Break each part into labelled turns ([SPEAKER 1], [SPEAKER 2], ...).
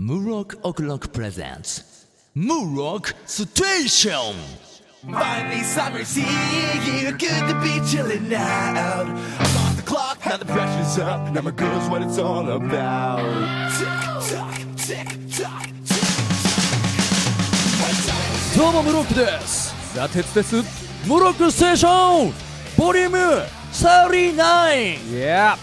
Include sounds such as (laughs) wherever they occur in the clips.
[SPEAKER 1] Murok O'Clock presents Murok Station!
[SPEAKER 2] Finally, summer's here. Good to be chilling out. I'm off the clock, now the pressure's up. Now my girl's what it's all about. Tick tock, tick tock, tick tock.
[SPEAKER 3] どうもムロックですザテツですムロックステーションボリューム39イエー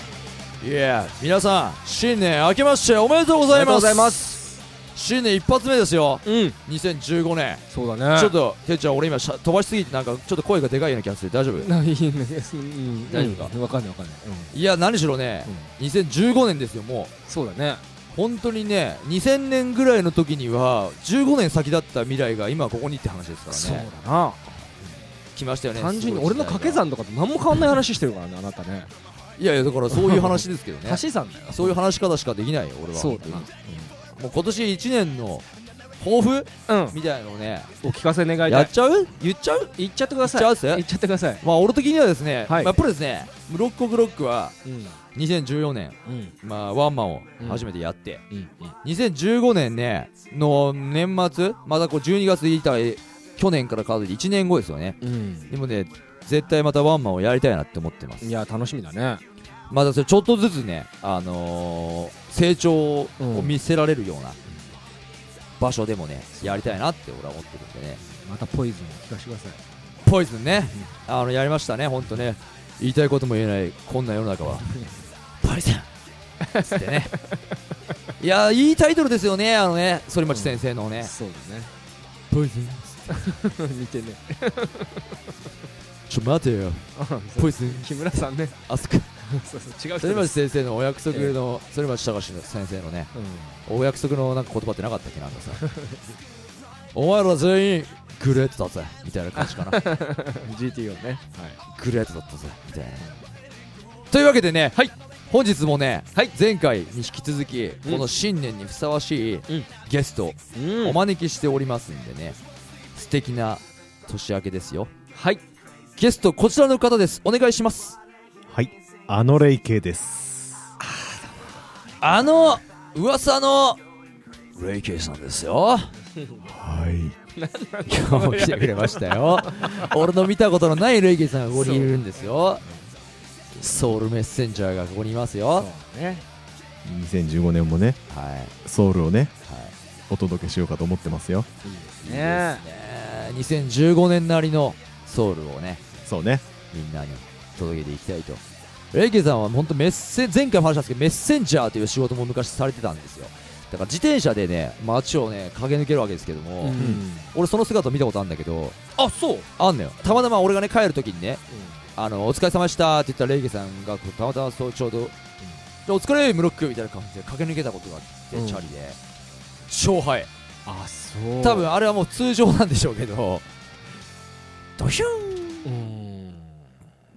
[SPEAKER 3] イエー皆さん新年明けましておめでとうござ
[SPEAKER 4] おめで
[SPEAKER 3] います
[SPEAKER 4] とうございます
[SPEAKER 3] 新年一発目ですよ
[SPEAKER 4] うん
[SPEAKER 3] 2015年
[SPEAKER 4] そうだね (laughs)
[SPEAKER 3] ちょっとてっちゃん俺今しゃ飛ばしすぎてなんかちょっと声がでかいような気がする大丈夫
[SPEAKER 4] ないいねうん
[SPEAKER 3] 大丈夫か
[SPEAKER 4] うんわかんないわかんないうん
[SPEAKER 3] いや何しろね2015年ですよもう
[SPEAKER 4] そうだね
[SPEAKER 3] 本当にね2000年ぐらいの時には15年先だった未来が今ここにって話ですからね
[SPEAKER 4] だな
[SPEAKER 3] 来ましたよね
[SPEAKER 4] 単純に
[SPEAKER 3] すごい
[SPEAKER 4] 俺
[SPEAKER 3] 時
[SPEAKER 4] の
[SPEAKER 3] 代が
[SPEAKER 4] 掛け算とかと何も変わんない話してるからねあなたね
[SPEAKER 3] いやいやだからそういう話ですけどね
[SPEAKER 4] (laughs) 足し算だよ
[SPEAKER 3] そういう話し方しかできないよ、俺は。
[SPEAKER 4] そうだな
[SPEAKER 3] もう今年1年の抱負
[SPEAKER 4] うん
[SPEAKER 3] みたいなのをね、
[SPEAKER 4] お聞かせ願い
[SPEAKER 3] や
[SPEAKER 4] た
[SPEAKER 3] っ
[SPEAKER 4] い
[SPEAKER 3] ちゃう言っちゃう
[SPEAKER 4] 言っちゃってください
[SPEAKER 3] 言っちゃうっす
[SPEAKER 4] 言っちゃってください
[SPEAKER 3] まあ、俺的にはですね、
[SPEAKER 4] はい
[SPEAKER 3] まあ、やっぱりですね、ブロッコグロックは
[SPEAKER 4] うん
[SPEAKER 3] 2014年、
[SPEAKER 4] うん
[SPEAKER 3] まあ、ワンマンを初めてやって、
[SPEAKER 4] うん
[SPEAKER 3] 2015年ね、の年末、まだこう12月で言いたい、去年から数えて1年後ですよね。
[SPEAKER 4] うん
[SPEAKER 3] でもね、絶対またワンマンをやりたいなって思ってます
[SPEAKER 4] い。や楽しみだね
[SPEAKER 3] まだそれちょっとずつね、あのー成長を見せられるような場所でもね、やりたいなって俺は思ってるんでね。
[SPEAKER 4] またポイズンを聞かせてくだ (laughs) さい
[SPEAKER 3] ポイズンね、あの、やりましたね、ほんとね。言いたいことも言えない、こんな世の中は。ポイズンつってね。いや、いいタイトルですよね、あのね、反町先生のね。
[SPEAKER 4] そうだ
[SPEAKER 3] ポイズ
[SPEAKER 4] (laughs)
[SPEAKER 3] ン
[SPEAKER 4] ね似てね
[SPEAKER 3] ちょ、待てよ。ポイズン
[SPEAKER 4] (laughs) 木村さんね
[SPEAKER 3] あそこ。
[SPEAKER 4] そうそう違う人
[SPEAKER 3] 反
[SPEAKER 4] で
[SPEAKER 3] 町
[SPEAKER 4] す
[SPEAKER 3] 先生のお約束の、反町隆史先生のね、お約束のなんか言葉ってなかったっけなん (laughs) かさお前ら全員グレートだぜみたいな感じ (laughs) かなグ
[SPEAKER 4] (laughs) GTO ねはい
[SPEAKER 3] レートだったぜみたいなというわけでね、はい、本日もね、はい、前回に引き続き、この新年にふさわしい
[SPEAKER 4] ん
[SPEAKER 3] ゲストを
[SPEAKER 4] うん
[SPEAKER 3] お招きしておりますんでね、素敵な年明けですよ
[SPEAKER 4] はい
[SPEAKER 3] ゲストこちらの方ですお願いします
[SPEAKER 5] はい、あの霊系です。
[SPEAKER 3] あの噂のレイケイさんですよ
[SPEAKER 5] はい。
[SPEAKER 3] 今日も来てくれました (laughs) よ俺の見たことのないルイゲさんがここにいるんですよソウルメッセンジャーがここにいますよ
[SPEAKER 4] そうね
[SPEAKER 5] 2015年もね、
[SPEAKER 3] はいはい
[SPEAKER 5] ソウルをね、お届けしようかと思ってますよ。
[SPEAKER 4] いいです
[SPEAKER 3] いいですね2015年なりのソウルをね
[SPEAKER 5] そうね。
[SPEAKER 3] みんなに届けていきたいとレイケさんは本当メッセ前回も話したんですけどメッセンジャーという仕事も昔されてたんですよだから自転車でね街をね駆け抜けるわけですけども、
[SPEAKER 4] うん
[SPEAKER 3] 俺その姿見たことあるんだけど
[SPEAKER 4] あそう
[SPEAKER 3] あんのよたまたま俺がね帰るときにねあのお疲れ様でしたって言ったらレイゲさんがこうたまたまそうちょうど、でお疲れムロックみたいな感じで駆け抜けたことがあって、
[SPEAKER 4] うん
[SPEAKER 3] チャリで勝敗
[SPEAKER 4] あそう
[SPEAKER 3] 多分あれはもう通常なんでしょうけどドヒュン
[SPEAKER 4] うん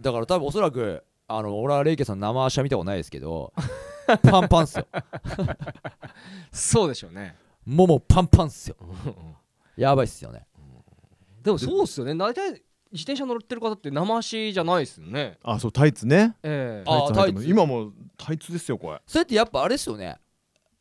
[SPEAKER 3] だから多分おそらくあの俺はレイケさんの生足は見たことないですけど (laughs) パンパンっすよ
[SPEAKER 4] そうでしょうね
[SPEAKER 3] ももパンパンっすよやばいっすよね
[SPEAKER 4] でもそうっすよね大体自転車乗ってる方って生足じゃないっすよね
[SPEAKER 5] あ、そう、タイツね。
[SPEAKER 4] ええ
[SPEAKER 3] あー
[SPEAKER 5] 履いてます
[SPEAKER 3] タイツ
[SPEAKER 5] 今もうタイツですよ、これ。
[SPEAKER 3] それってやっぱあれっすよね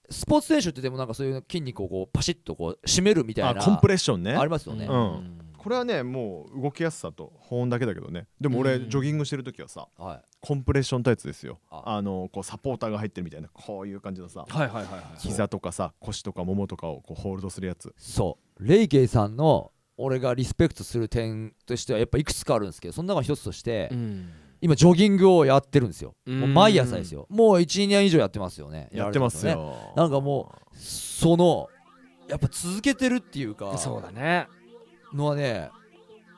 [SPEAKER 3] スポーツ選手ってでもなんかそういう筋肉をこうパシッとこう締めるみたい
[SPEAKER 5] あ、
[SPEAKER 3] な
[SPEAKER 5] コンプレッションね
[SPEAKER 3] あ。りますよね、
[SPEAKER 5] うんこれはね、もう動きやすさと保温だけだけどね。でも俺、
[SPEAKER 4] うん
[SPEAKER 5] ジョギングしてる時はさ、
[SPEAKER 3] はい
[SPEAKER 5] コンプレッションタイツですよ。
[SPEAKER 3] あ
[SPEAKER 5] あの、こうサポーターが入ってるみたいな、こういう感じのさ。
[SPEAKER 4] はいはいはいはい
[SPEAKER 5] 膝とかさ腰とかももとかをこうホールドするやつ
[SPEAKER 3] そうレイケイさんの俺がリスペクトする点としてはやっぱいくつかあるんですけどその中の一つとして、
[SPEAKER 4] ん
[SPEAKER 3] 今ジョギングをやってるんですよもう毎朝です
[SPEAKER 4] よ
[SPEAKER 3] よもう12年以上やってますよね
[SPEAKER 5] やってます
[SPEAKER 3] られて
[SPEAKER 5] よ
[SPEAKER 3] なんかもますよねそのやっぱ続けてるっていうか
[SPEAKER 4] そうだね
[SPEAKER 3] のはね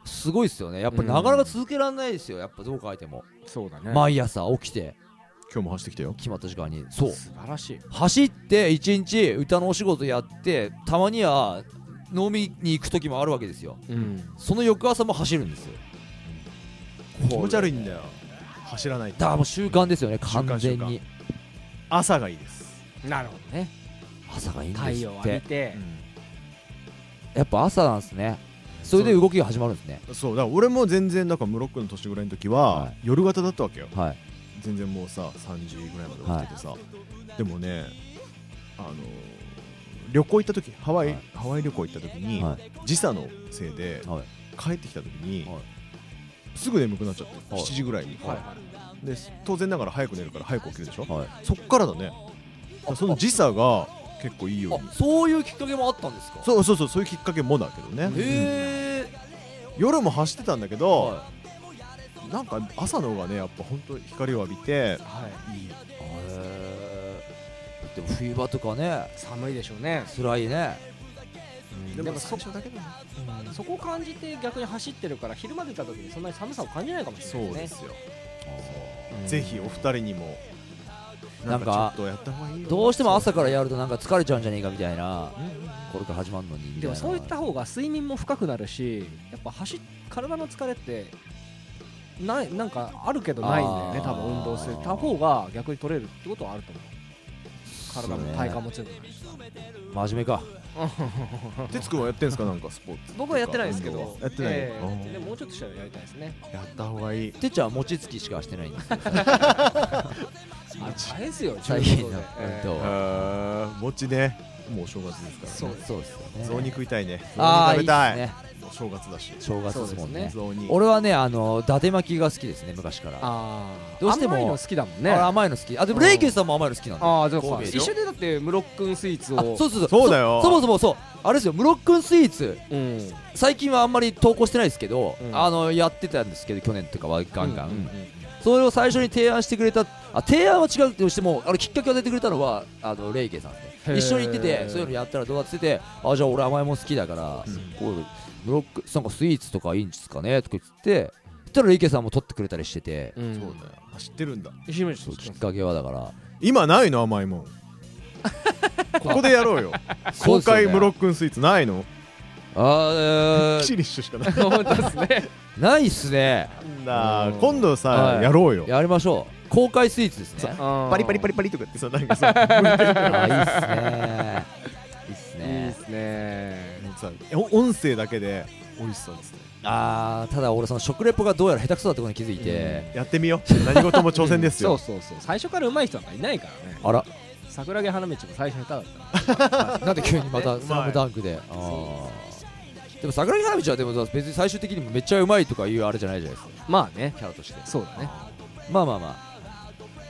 [SPEAKER 3] すごいですよねやっぱ
[SPEAKER 4] うん
[SPEAKER 3] なかなか続けられないですよやっぱどう書いても、
[SPEAKER 4] そうだね
[SPEAKER 3] 毎朝起きて
[SPEAKER 5] 今日も走ってきたよ
[SPEAKER 3] 決まった時間にそう
[SPEAKER 4] 素晴らしい
[SPEAKER 3] 走って1日歌のお仕事やってたまには飲みに行く時もあるわけですよ
[SPEAKER 4] うん
[SPEAKER 3] その翌朝も走るんですよ
[SPEAKER 5] 気持ち悪いんだよ走らないと
[SPEAKER 3] だからもう習慣ですよね完全
[SPEAKER 5] 習慣
[SPEAKER 3] に
[SPEAKER 5] 朝がいいです、
[SPEAKER 4] なるほどね
[SPEAKER 3] 朝がいいん
[SPEAKER 4] 太
[SPEAKER 3] です
[SPEAKER 4] 陽
[SPEAKER 3] っ
[SPEAKER 4] 浴び
[SPEAKER 3] て
[SPEAKER 4] て
[SPEAKER 3] やっぱ朝なんですねそれで動きが始まるんですね
[SPEAKER 5] そうだから俺も全然だからムロックの年ぐらいの時は、
[SPEAKER 3] はい
[SPEAKER 5] 夜型だったわけよ
[SPEAKER 3] はい
[SPEAKER 5] 全然もうさ3時ぐらいまで起きててさ、でもねあの旅行行った時ハワイ、
[SPEAKER 3] はい
[SPEAKER 5] ハワイ旅行行った時に、
[SPEAKER 3] は
[SPEAKER 5] 時差のせいで
[SPEAKER 3] はい
[SPEAKER 5] 帰ってきた時に、
[SPEAKER 3] は
[SPEAKER 5] すぐ眠くなっちゃって、
[SPEAKER 3] はい
[SPEAKER 5] 7時ぐらいに、で当然ながら早く寝るから早く起きるでしょ、
[SPEAKER 3] はい
[SPEAKER 5] そっからだねその時差が結構いいように
[SPEAKER 3] あそういうきっかけもあったんですか
[SPEAKER 5] そうそうそうそういうきっかけもだけどね、
[SPEAKER 3] へえ
[SPEAKER 5] 夜も走ってたんだけど、
[SPEAKER 3] はい
[SPEAKER 5] なんか朝の方がねやっぱ本当光を浴びていい
[SPEAKER 3] へーでも冬場とかね
[SPEAKER 4] 寒いでしょうね
[SPEAKER 3] 辛いね
[SPEAKER 4] でもそ
[SPEAKER 5] 初だけだね
[SPEAKER 4] そこを感じて逆に走ってるから昼間出た時にそんなに寒さを感じないかもし
[SPEAKER 5] そ
[SPEAKER 4] れな
[SPEAKER 5] う
[SPEAKER 4] い
[SPEAKER 5] で
[SPEAKER 4] ですね
[SPEAKER 5] すよ、ぜひお二人にも
[SPEAKER 3] なんか
[SPEAKER 5] ちょっとやった方がいいよ
[SPEAKER 3] どうしても朝からやるとなんか疲れちゃうんじゃねえかみたいなこれから始まるのにみたいな
[SPEAKER 4] でもそういった方が睡眠も深くなるしやっぱ走っ体の疲れってないなんかあるけどないんだよね
[SPEAKER 3] あー
[SPEAKER 4] 多分運動するた方が逆に取れるってことはあると思う体
[SPEAKER 3] そ
[SPEAKER 4] も
[SPEAKER 3] うね
[SPEAKER 4] 体幹も強くなるし
[SPEAKER 3] 真面目か
[SPEAKER 5] 哲くんはやってんすかなんかスポーツ
[SPEAKER 4] 僕はやってないですけど
[SPEAKER 5] やってない、
[SPEAKER 4] ええ
[SPEAKER 5] あー
[SPEAKER 4] でももうちょっとしたらやりたいですね
[SPEAKER 5] やった方がいい
[SPEAKER 3] てっちゃんは餅つきしかしてないんですよ
[SPEAKER 4] あ大変ですよ
[SPEAKER 3] 最近
[SPEAKER 4] 重
[SPEAKER 3] の
[SPEAKER 4] 労働で
[SPEAKER 3] 本
[SPEAKER 4] ええ
[SPEAKER 3] 当、
[SPEAKER 5] あー餅ねもうお正月ですから
[SPEAKER 4] そう
[SPEAKER 5] ね
[SPEAKER 4] です
[SPEAKER 3] そうですよね
[SPEAKER 5] 雑煮食いたいね
[SPEAKER 3] ああ
[SPEAKER 5] 雑煮
[SPEAKER 3] い
[SPEAKER 5] 食
[SPEAKER 3] い
[SPEAKER 5] べ
[SPEAKER 3] で
[SPEAKER 5] た
[SPEAKER 3] す
[SPEAKER 5] い
[SPEAKER 3] ね
[SPEAKER 5] もう正月だし
[SPEAKER 3] 正月ですもんね
[SPEAKER 5] 雑煮
[SPEAKER 3] 俺はねあの伊達巻きが好きですね昔からあ
[SPEAKER 4] ああ
[SPEAKER 3] どうしても
[SPEAKER 4] 甘いの好きだもんね
[SPEAKER 3] れ
[SPEAKER 4] あ
[SPEAKER 3] 甘いの好きあでも
[SPEAKER 4] うん
[SPEAKER 3] レイケンさんも甘いの好きなんだよ
[SPEAKER 4] あそう
[SPEAKER 5] 神
[SPEAKER 4] か
[SPEAKER 5] 戸でしょ
[SPEAKER 4] 一緒でだってムロックンスイーツ
[SPEAKER 3] あ
[SPEAKER 4] を
[SPEAKER 3] そうそうそう
[SPEAKER 5] そうだよ
[SPEAKER 3] そもそもそうあれですよムロックンスイーツ
[SPEAKER 4] うん
[SPEAKER 3] 最近はあんまり投稿してないですけど、
[SPEAKER 4] うん
[SPEAKER 3] あのやってたんですけど去年とかはガンガン、
[SPEAKER 4] うんうんうん
[SPEAKER 3] それを最初に提案してくれたあ提案は違うとしてもあのきっかけを出てくれたのはあのレイケンさんです
[SPEAKER 4] へ
[SPEAKER 3] ね
[SPEAKER 4] ー
[SPEAKER 3] 一緒に行っててそういうのやったらどうだって言っててあじゃあ俺甘いもん好きだから、こうブロックなんかスイーツとかいいんですかねとか言ってそしたらレイケンさんも取ってくれたりしてて、
[SPEAKER 4] うん
[SPEAKER 5] そうだよ知ってるんだ
[SPEAKER 4] 一緒に
[SPEAKER 3] そうきっかけはだから
[SPEAKER 5] 今ないの甘いもんここでやろうよ
[SPEAKER 3] そう
[SPEAKER 5] 公
[SPEAKER 3] ですよね
[SPEAKER 5] 開ムロックンスイーツないの
[SPEAKER 3] あーえー
[SPEAKER 5] シリッシュしかない
[SPEAKER 4] 本当です (laughs) ね
[SPEAKER 3] ないっすね
[SPEAKER 5] んだ
[SPEAKER 4] うん
[SPEAKER 5] 今度
[SPEAKER 3] は
[SPEAKER 5] さ
[SPEAKER 3] い
[SPEAKER 5] やろうよ
[SPEAKER 3] やりましょう公開スイーツですね
[SPEAKER 4] パ
[SPEAKER 5] パリとかってさなんか
[SPEAKER 3] (laughs)
[SPEAKER 5] さ向いてる
[SPEAKER 3] あーいいっすねいいっす
[SPEAKER 4] いいで
[SPEAKER 3] ね
[SPEAKER 4] すね
[SPEAKER 5] もうさお音声だけで美味しそうですね
[SPEAKER 3] あーただ俺その食レポがどうやら下手くそだってことに気づいて、
[SPEAKER 5] やってみよう何事も挑戦です
[SPEAKER 4] うん
[SPEAKER 5] よ
[SPEAKER 4] そうそうそう最初から上手い人なんかいないからね
[SPEAKER 3] あら
[SPEAKER 4] 桜木花道も最初下手だった
[SPEAKER 3] なんで急にま
[SPEAKER 4] (laughs)
[SPEAKER 3] た「
[SPEAKER 5] うまい
[SPEAKER 3] スラムダンクであーでも桜木花道はでも別に最終的にもめっちゃうまいとかいうあれじゃないじゃないですか
[SPEAKER 4] まあね
[SPEAKER 3] キャラとして
[SPEAKER 4] そうだね
[SPEAKER 3] まあまあま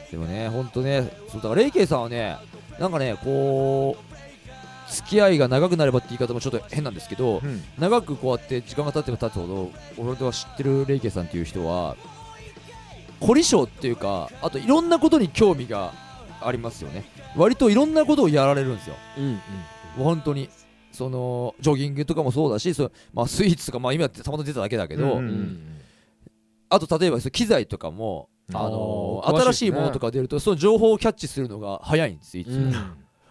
[SPEAKER 3] あでもねほんとねそうだからレイケイさんはねなんかねこう付き合いが長くなればって言い方もちょっと変なんですけど
[SPEAKER 5] うん
[SPEAKER 3] 長くこうやって時間が経っても経つほど俺は知ってるレイケイさんっていう人は凝り性っていうかあといろんなことに興味がありますよね割といろんなことをやられるんですよ
[SPEAKER 4] うんうん
[SPEAKER 3] 本当にそのジョギングとかもそうだしその、まあ、スイーツとか、まあ、今たまたま出ただけだけど、
[SPEAKER 5] うんうん
[SPEAKER 3] あと例えばその機材とかも、
[SPEAKER 5] うん
[SPEAKER 3] あの
[SPEAKER 4] あー詳しいね
[SPEAKER 3] 新しいものとか出るとその情報をキャッチするのが早いんですよいつも、
[SPEAKER 4] うん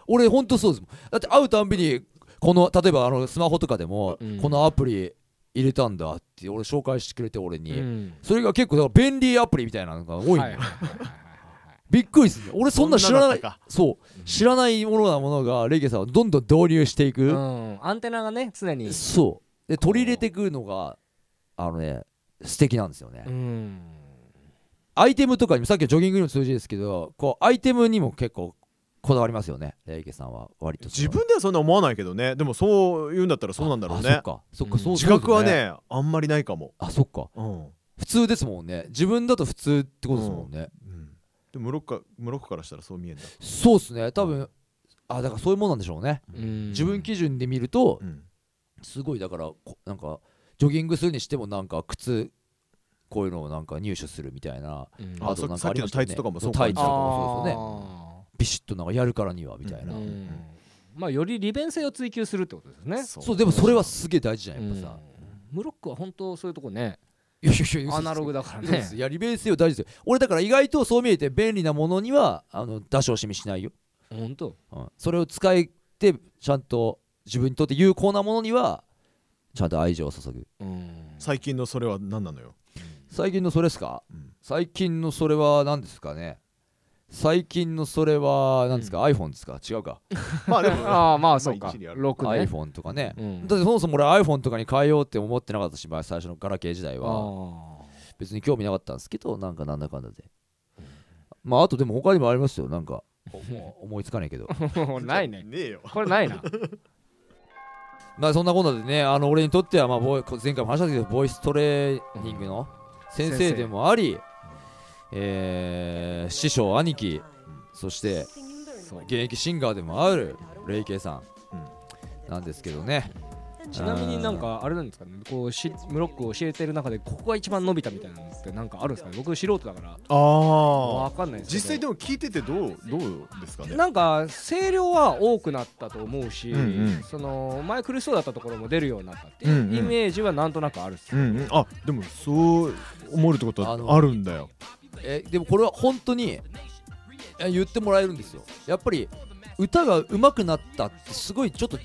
[SPEAKER 3] 俺本当そうですもんだって会うたんびにこの例えばあのスマホとかでも、
[SPEAKER 4] うん
[SPEAKER 3] このアプリ入れたんだって俺紹介してくれて俺
[SPEAKER 4] う
[SPEAKER 3] に、
[SPEAKER 4] ん
[SPEAKER 3] それが結構だから便利アプリみたいなのが多いのよ、
[SPEAKER 4] はいはいはい
[SPEAKER 3] びっくりするね俺そんな知らない
[SPEAKER 5] そんなのあったか
[SPEAKER 3] そう知らないものなものがレイケさんはどんどん導入していく、
[SPEAKER 4] うんアンテナがね常に
[SPEAKER 3] そうで取り入れてくのがあのね素敵なんですよね、
[SPEAKER 4] うん
[SPEAKER 3] アイテムとかにもさっきのジョギングにも通じですけどこうアイテムにも結構こだわりますよねレイケさんは割とそ
[SPEAKER 5] 自
[SPEAKER 3] の
[SPEAKER 5] 分ではそんな思わないけどねでもそう言うんだったらそうなんだろう
[SPEAKER 3] あそ
[SPEAKER 5] ね
[SPEAKER 3] っかそっか
[SPEAKER 4] うん
[SPEAKER 3] そう
[SPEAKER 5] 自覚は
[SPEAKER 3] そうだよ
[SPEAKER 5] ねあんまりないかも
[SPEAKER 3] あそっか
[SPEAKER 5] うん
[SPEAKER 3] 普通ですもんね自分だと普通ってことですもんね、
[SPEAKER 5] うんでもムロックかムロックからしたらそう見えんだ
[SPEAKER 3] そうっすね多分あだからそういうもんなんでしょうね、
[SPEAKER 4] うん
[SPEAKER 3] 自分基準で見ると
[SPEAKER 5] うん
[SPEAKER 3] すごいだからこなんかジョギングするにしてもなんか靴こういうのをなんか入手するみたいな
[SPEAKER 4] うん
[SPEAKER 5] あ
[SPEAKER 3] となんかありました
[SPEAKER 5] さ
[SPEAKER 3] よね
[SPEAKER 5] っきのタイツとかもそうか
[SPEAKER 3] タイツとかもそうですよね
[SPEAKER 4] あ
[SPEAKER 3] ビシッとなんかやるからにはみたいな、
[SPEAKER 4] ーうんまあより利便性を追求するってことですね
[SPEAKER 5] そ
[SPEAKER 3] そうでもそれはすげえ大事じゃんやっぱさ、
[SPEAKER 4] うんムロックは本当そういうとこね
[SPEAKER 3] いやいやいや嘘です
[SPEAKER 4] アナログだから
[SPEAKER 3] そうで
[SPEAKER 4] ね
[SPEAKER 3] すいや利便性は大事ですよ俺だから意外とそう見えて便利なものにはあの出し惜しみしないよ、
[SPEAKER 4] 本当
[SPEAKER 3] うんそれを使ってちゃんと自分にとって有効なものにはちゃんと愛情を注ぐ
[SPEAKER 4] うん
[SPEAKER 5] 最近のそれは何なの
[SPEAKER 3] (laughs)
[SPEAKER 5] よ
[SPEAKER 3] 最近のそれですか、
[SPEAKER 5] うん
[SPEAKER 3] 最近のそれは何ですかね最近のそれは何ですか、iPhone ですか違うか、
[SPEAKER 5] まあでも
[SPEAKER 4] ああまあそう
[SPEAKER 5] まあ
[SPEAKER 4] か
[SPEAKER 5] 一理ある
[SPEAKER 4] 六ね
[SPEAKER 3] iPhone とかね、
[SPEAKER 4] うん
[SPEAKER 3] だってそもそも俺 iPhone とかに変えようって思ってなかったしまあ最初のガラケー時代は
[SPEAKER 4] あ
[SPEAKER 3] 別に興味なかったんですけどなんかなんだかんだで、まああとでも他にもありますよなんかもう思いつかないけど
[SPEAKER 4] もうないね
[SPEAKER 5] ねえよ
[SPEAKER 4] これないな
[SPEAKER 3] まあそんなことでねあの俺にとってはまあボイ前回も話したけどボイストレーニングの先生でもあり、えー師匠兄貴そして現役シンガーでもあるレイケイさんなんですけどね
[SPEAKER 4] ちなみになんかあれなんですかねこうしムロックを教えてる中でここが一番伸びたみたいなのってなんかあるんですかね僕素人だから
[SPEAKER 5] ああ
[SPEAKER 4] 分かんないですけど
[SPEAKER 5] 実際でも聞いててどうどうですかね
[SPEAKER 4] なんか声量は多くなったと思うし、
[SPEAKER 5] うんうん
[SPEAKER 4] その前苦しそうだったところも出るようになったって
[SPEAKER 5] う
[SPEAKER 4] い
[SPEAKER 5] んうん
[SPEAKER 4] うイメージはなんとなくあるっす、
[SPEAKER 5] うんうんあでもそう思えるってこと
[SPEAKER 3] あの
[SPEAKER 5] はあるんだよ
[SPEAKER 3] えでもこれは本当にえ言ってもらえるんですよやっぱり歌が上手くなったってすごいちょっと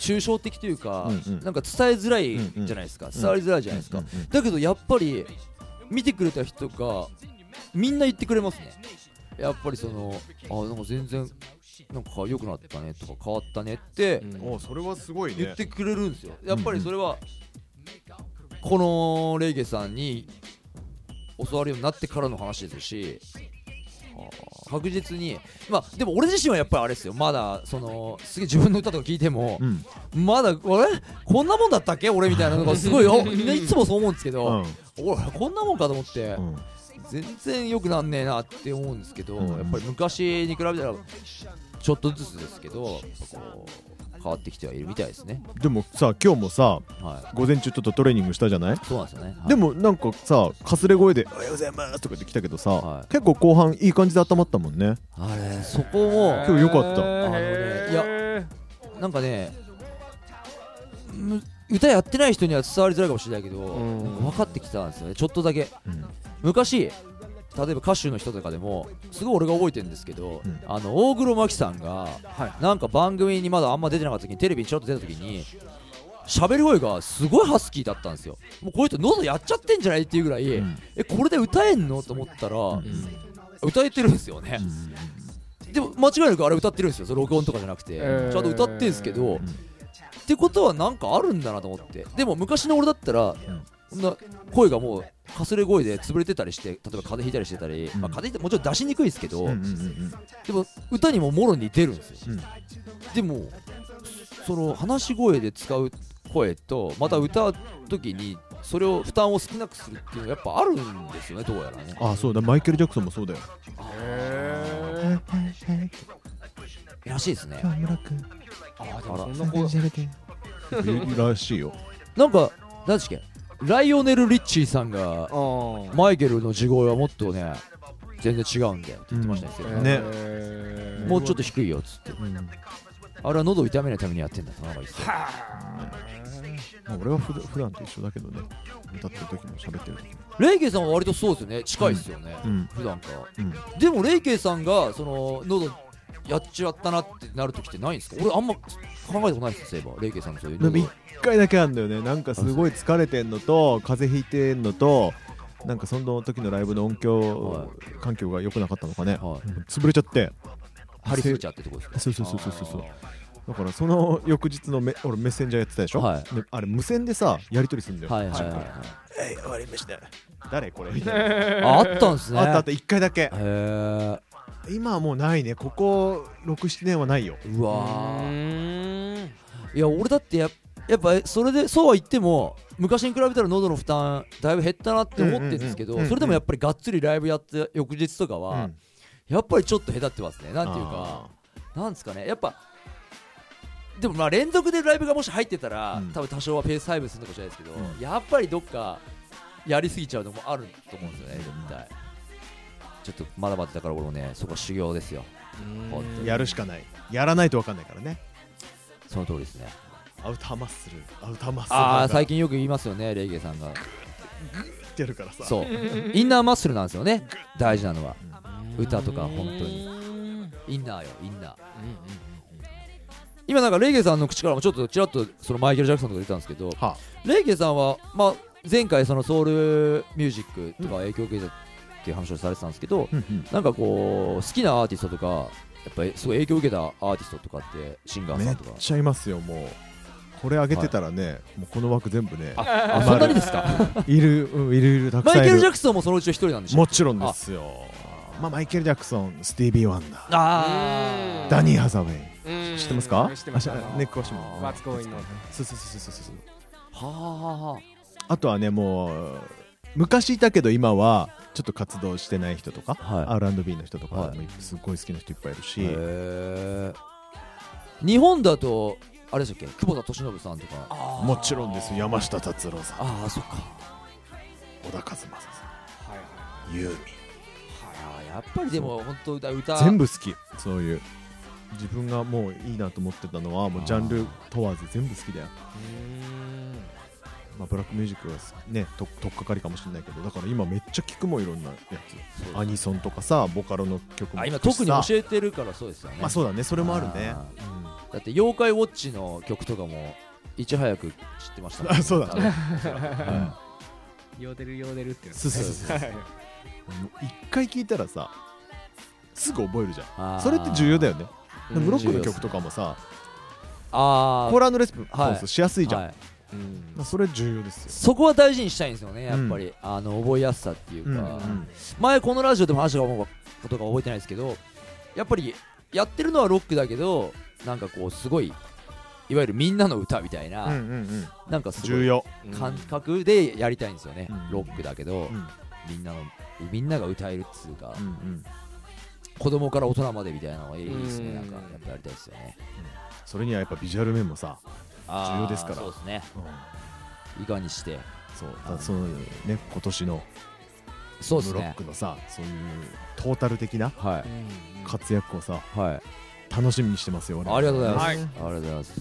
[SPEAKER 3] 抽象的というか、
[SPEAKER 5] うんうん
[SPEAKER 3] なんか伝えづらいじゃないですか、伝わりづらいじゃないですか、
[SPEAKER 5] うんうん
[SPEAKER 3] だけどやっぱり見てくれた人がみんな言ってくれますねやっぱりそのあなんか全然なんか良くなったねとか変わったねって
[SPEAKER 4] うん
[SPEAKER 5] おそれはすごいね
[SPEAKER 3] 言ってくれるんですよやっぱりそれはこのレイゲさんに教わるようになってからの話ですし確実にまあでも俺自身はやっぱりあれですよまだそのすげえ自分の歌とか聞いても
[SPEAKER 5] うん
[SPEAKER 3] まだあれこんなもんだったっけ俺みたいなのがす
[SPEAKER 5] (laughs)
[SPEAKER 3] ごいおみんないつもそう思うんですけど、
[SPEAKER 5] うん
[SPEAKER 3] おいこんなもんかと思って、
[SPEAKER 5] うん
[SPEAKER 3] 全然良くなんねえなって思うんですけど、
[SPEAKER 5] うん
[SPEAKER 3] やっぱり昔に比べたらちょっとずつですけどやっぱこう変わってきてはいるみたいですね
[SPEAKER 5] でもさ今日もさ
[SPEAKER 3] は
[SPEAKER 5] 午前中ちょっとトレーニングしたじゃない
[SPEAKER 3] いそうなんですよね、はい
[SPEAKER 5] でもなんかさかすれ声で「おはようございます」とかって来たけどさ、
[SPEAKER 3] はい
[SPEAKER 5] 結構後半いい感じで温まったもんね
[SPEAKER 3] あれそこも
[SPEAKER 5] 今日よかった
[SPEAKER 4] へー
[SPEAKER 3] あのねいやなんかねむ歌やってない人には伝わりづらいかもしれないけど、
[SPEAKER 4] うん
[SPEAKER 3] なんか分かってきたんですよねちょっとだけ
[SPEAKER 5] うん
[SPEAKER 3] 昔例えば歌手の人とかでもすごい俺が覚えてるんですけど、
[SPEAKER 5] うん
[SPEAKER 3] あの大黒摩季さんが
[SPEAKER 4] は
[SPEAKER 3] なんか番組にまだあんま出てなかった時にテレビにちょっと出た時に喋り声がすごいハスキーだったんですよもうこういう人喉やっちゃってんじゃないっていうぐらい、
[SPEAKER 5] ん
[SPEAKER 3] えこれで歌えんのと思ったら、歌えてるんですよね、でも間違いなくあれ歌ってるんですよその録音とかじゃなくて、
[SPEAKER 4] えー
[SPEAKER 3] ちゃんと歌ってるんですけど、ってことはなんかあるんだなと思ってでも昔の俺だったら、そんな声がもうかすれ声で潰れてたりして例えば風邪ひいたりしてたり、
[SPEAKER 5] ん
[SPEAKER 3] まあ、風邪ひいてもちろん出しにくいですけど、
[SPEAKER 5] うんうんうん
[SPEAKER 3] でも歌にももろに出るんですよ、
[SPEAKER 5] うん
[SPEAKER 3] でもその話し声で使う声とまた歌う時にそれを負担を少なくするっていうのはやっぱあるんですよねどうやらね
[SPEAKER 5] あそうだマイケル・ジャクソンもそうだよ
[SPEAKER 3] らしいですね
[SPEAKER 4] あで
[SPEAKER 3] あ
[SPEAKER 4] も
[SPEAKER 3] ら
[SPEAKER 4] そんな子
[SPEAKER 5] らしいよ
[SPEAKER 3] なんか何でしたっけライオネル・リッチーさんが
[SPEAKER 4] あー
[SPEAKER 3] マイケルの地声はもっとね全然違うんだよって言ってましたね、
[SPEAKER 5] ね
[SPEAKER 4] へー
[SPEAKER 3] もうちょっと低いよっつって、あれは喉を痛めないためにやってんだとなんか言ってた
[SPEAKER 5] まあ俺はふ普段と一緒だけどね歌ってる時も喋ってる時も
[SPEAKER 3] レイケイさんは割とそうですよね近いですよね、
[SPEAKER 5] うん
[SPEAKER 3] 普段から
[SPEAKER 5] うん
[SPEAKER 3] でもレイケイさんがその喉やっちまったなってなる時ってないんですか俺あんま考えたことないですよそういえばレイケイさんのそういう
[SPEAKER 5] でも
[SPEAKER 3] 喉
[SPEAKER 5] 一回だけあんだよねなんかすごい疲れてんのと風邪ひいてんのとなんかその時のライブの音響環境が良くなかったのかね、
[SPEAKER 3] はい
[SPEAKER 5] 潰れちゃって
[SPEAKER 3] 張りすぎちゃうってとこですか
[SPEAKER 5] そうそうそうそうそうそうだからその翌日のめ俺メッセンジャーやってたでしょ、
[SPEAKER 3] はい
[SPEAKER 5] であれ無線でさやり取りするんだよ、
[SPEAKER 3] はいはいはい、はい、
[SPEAKER 5] えい終わりました (laughs) 誰これみたいな
[SPEAKER 3] ああったんですね
[SPEAKER 5] あったあった1回だけ
[SPEAKER 3] へえ
[SPEAKER 5] 今はもうないねここ67年はないよ
[SPEAKER 3] う
[SPEAKER 4] う
[SPEAKER 3] わー
[SPEAKER 4] ーん
[SPEAKER 3] いや俺だってややっぱそれでそうは言っても昔に比べたら喉の負担だいぶ減ったなって思ってるんですけど、
[SPEAKER 5] うんうんうんうん
[SPEAKER 3] それでもやっぱりがっつりライブやって翌日とかは、
[SPEAKER 5] うん
[SPEAKER 3] やっぱりちょっと隔ってますねなんていう
[SPEAKER 5] あ
[SPEAKER 3] かなんですかねやっぱでもまあ連続でライブがもし入ってたら、
[SPEAKER 5] うん
[SPEAKER 3] 多分多少はペース配分するのかもしれないですけど、
[SPEAKER 5] うん
[SPEAKER 3] やっぱりどっかやりすぎちゃうのもあると思うんですよね絶対ちょっとまだまだだから俺もねそこは修行ですよ本当
[SPEAKER 5] ー
[SPEAKER 3] に
[SPEAKER 5] やるしかないやらないと分かんないからね
[SPEAKER 3] その通りですね
[SPEAKER 5] アウターマッスルアウターマッスル
[SPEAKER 3] ああ最
[SPEAKER 5] 近
[SPEAKER 3] 近よく言いますよねレイゲイさんが
[SPEAKER 5] ってやるからさ
[SPEAKER 3] そうインナーマッスルなんですよね大事なのは歌とか本当にインナーよインナー今なんかレイゲイさんの口からもちょっとちらっとそのマイケル・ジャクソンとか出てたんですけど
[SPEAKER 5] は
[SPEAKER 3] レイケイさんは、まあ、前回そのソウルミュージックとか影響を受けたっていう話をされてたんですけど、
[SPEAKER 5] あ、うんうん
[SPEAKER 3] なんかこう好きなアーティストとかやっぱりすごい影響を受けたアーティストとかってシンガー
[SPEAKER 5] め
[SPEAKER 3] さ
[SPEAKER 5] っ
[SPEAKER 3] んとか
[SPEAKER 5] ちゃいますよもうこれ上げてたらね、もうこの枠全部ね
[SPEAKER 3] あ
[SPEAKER 5] 余る
[SPEAKER 3] そんなにですか
[SPEAKER 5] (laughs) いる、うん、いるいるたく
[SPEAKER 3] マ
[SPEAKER 5] さんい
[SPEAKER 3] イ
[SPEAKER 5] る
[SPEAKER 3] ケル・ジャクソンもそのうちの一人なんでしょ
[SPEAKER 5] もちろんですよ
[SPEAKER 3] あ
[SPEAKER 5] まあ、マイケル・ジャクソンスティービー・ワンダー
[SPEAKER 3] あ
[SPEAKER 5] ダニー・ハザウェ
[SPEAKER 6] うん
[SPEAKER 5] イ知ってますか
[SPEAKER 6] 知ってます
[SPEAKER 5] あ知らネックウォッシュマン
[SPEAKER 6] マツコインの
[SPEAKER 5] そうそうそうそうそうそう
[SPEAKER 3] ーはあはあは
[SPEAKER 5] あとはねもう昔いたけど今はちょっと活動してない人とか、
[SPEAKER 3] はい
[SPEAKER 5] R&B の人とか、
[SPEAKER 3] はい
[SPEAKER 5] もうすごい好きな人いっぱいいる
[SPEAKER 3] あ
[SPEAKER 5] し、
[SPEAKER 3] へえ日本だとあれでしたっけ久保田利伸さんとかあ
[SPEAKER 5] もちろんですよ山下達郎さん
[SPEAKER 3] あーそっか
[SPEAKER 5] 小田和正さん、ユーミン
[SPEAKER 3] あーやっぱりでも本当歌歌
[SPEAKER 5] 全部好きそういう自分がもういいなと思ってたのはもうジャンル問わず全部好きだよまあ、ブラックミュージックはねととっかかりかもしれないけどだから今めっちゃ聞くもんいろんなやつアニソンとかさボカロの曲も
[SPEAKER 3] あ
[SPEAKER 5] 聞
[SPEAKER 3] 今
[SPEAKER 5] くし
[SPEAKER 3] 特に
[SPEAKER 5] さ
[SPEAKER 3] 教えてるからそうですよね、
[SPEAKER 5] まあそうだねそれもあるね
[SPEAKER 3] あ
[SPEAKER 5] うん
[SPEAKER 3] だって妖怪ウォッチの曲とかもいち早く知ってましたもん
[SPEAKER 5] (laughs) あそうだね
[SPEAKER 3] うん
[SPEAKER 4] ヨーデルヨーデルっていう
[SPEAKER 5] そうそうそうそうもう一回聞いたらさすぐ覚えるじゃ
[SPEAKER 3] あー
[SPEAKER 5] んそれって重要だよね
[SPEAKER 3] うん
[SPEAKER 5] ブロック
[SPEAKER 3] 重要
[SPEAKER 5] の
[SPEAKER 3] です
[SPEAKER 5] 曲とかもさ
[SPEAKER 3] あ
[SPEAKER 5] コーラのレスポン
[SPEAKER 3] はい
[SPEAKER 5] スしやす
[SPEAKER 3] あ
[SPEAKER 5] いじゃん、
[SPEAKER 3] はい
[SPEAKER 5] まあ、それ重要ですよ
[SPEAKER 3] そこは大事にしたいんですよねやっぱり、あの覚えやすさっていうか、
[SPEAKER 5] うん
[SPEAKER 3] 前このラジオでも話したことが覚えてないですけどやっぱりやってるのはロックだけどなんかこうすごいいわゆるみんなの歌みたいな、
[SPEAKER 5] うんうんうん
[SPEAKER 3] なんかすご
[SPEAKER 5] 重
[SPEAKER 3] い
[SPEAKER 5] 要、
[SPEAKER 3] 感覚でやりたいんですよね、
[SPEAKER 5] うん
[SPEAKER 3] ロックだけど、
[SPEAKER 5] うん
[SPEAKER 3] みんなのみんなが歌えるっつうか、
[SPEAKER 5] うんうん、
[SPEAKER 3] 子供から大人までみたいなのがいいですね、
[SPEAKER 6] うん
[SPEAKER 3] なんかやっぱやりたいですよね
[SPEAKER 5] それにはやっぱビジュアル面もさ、ー重要ですから
[SPEAKER 3] そうですね
[SPEAKER 5] うん
[SPEAKER 3] いかにして
[SPEAKER 5] そうだからそのね今年の
[SPEAKER 3] そうです
[SPEAKER 5] ブロッ
[SPEAKER 3] ね
[SPEAKER 5] クのさそういうトータル的な
[SPEAKER 3] は
[SPEAKER 5] 活躍をさ
[SPEAKER 3] いはい
[SPEAKER 5] 楽しみにしてますよ我々
[SPEAKER 3] ありがとうございます、
[SPEAKER 6] はい
[SPEAKER 3] ありがとうございます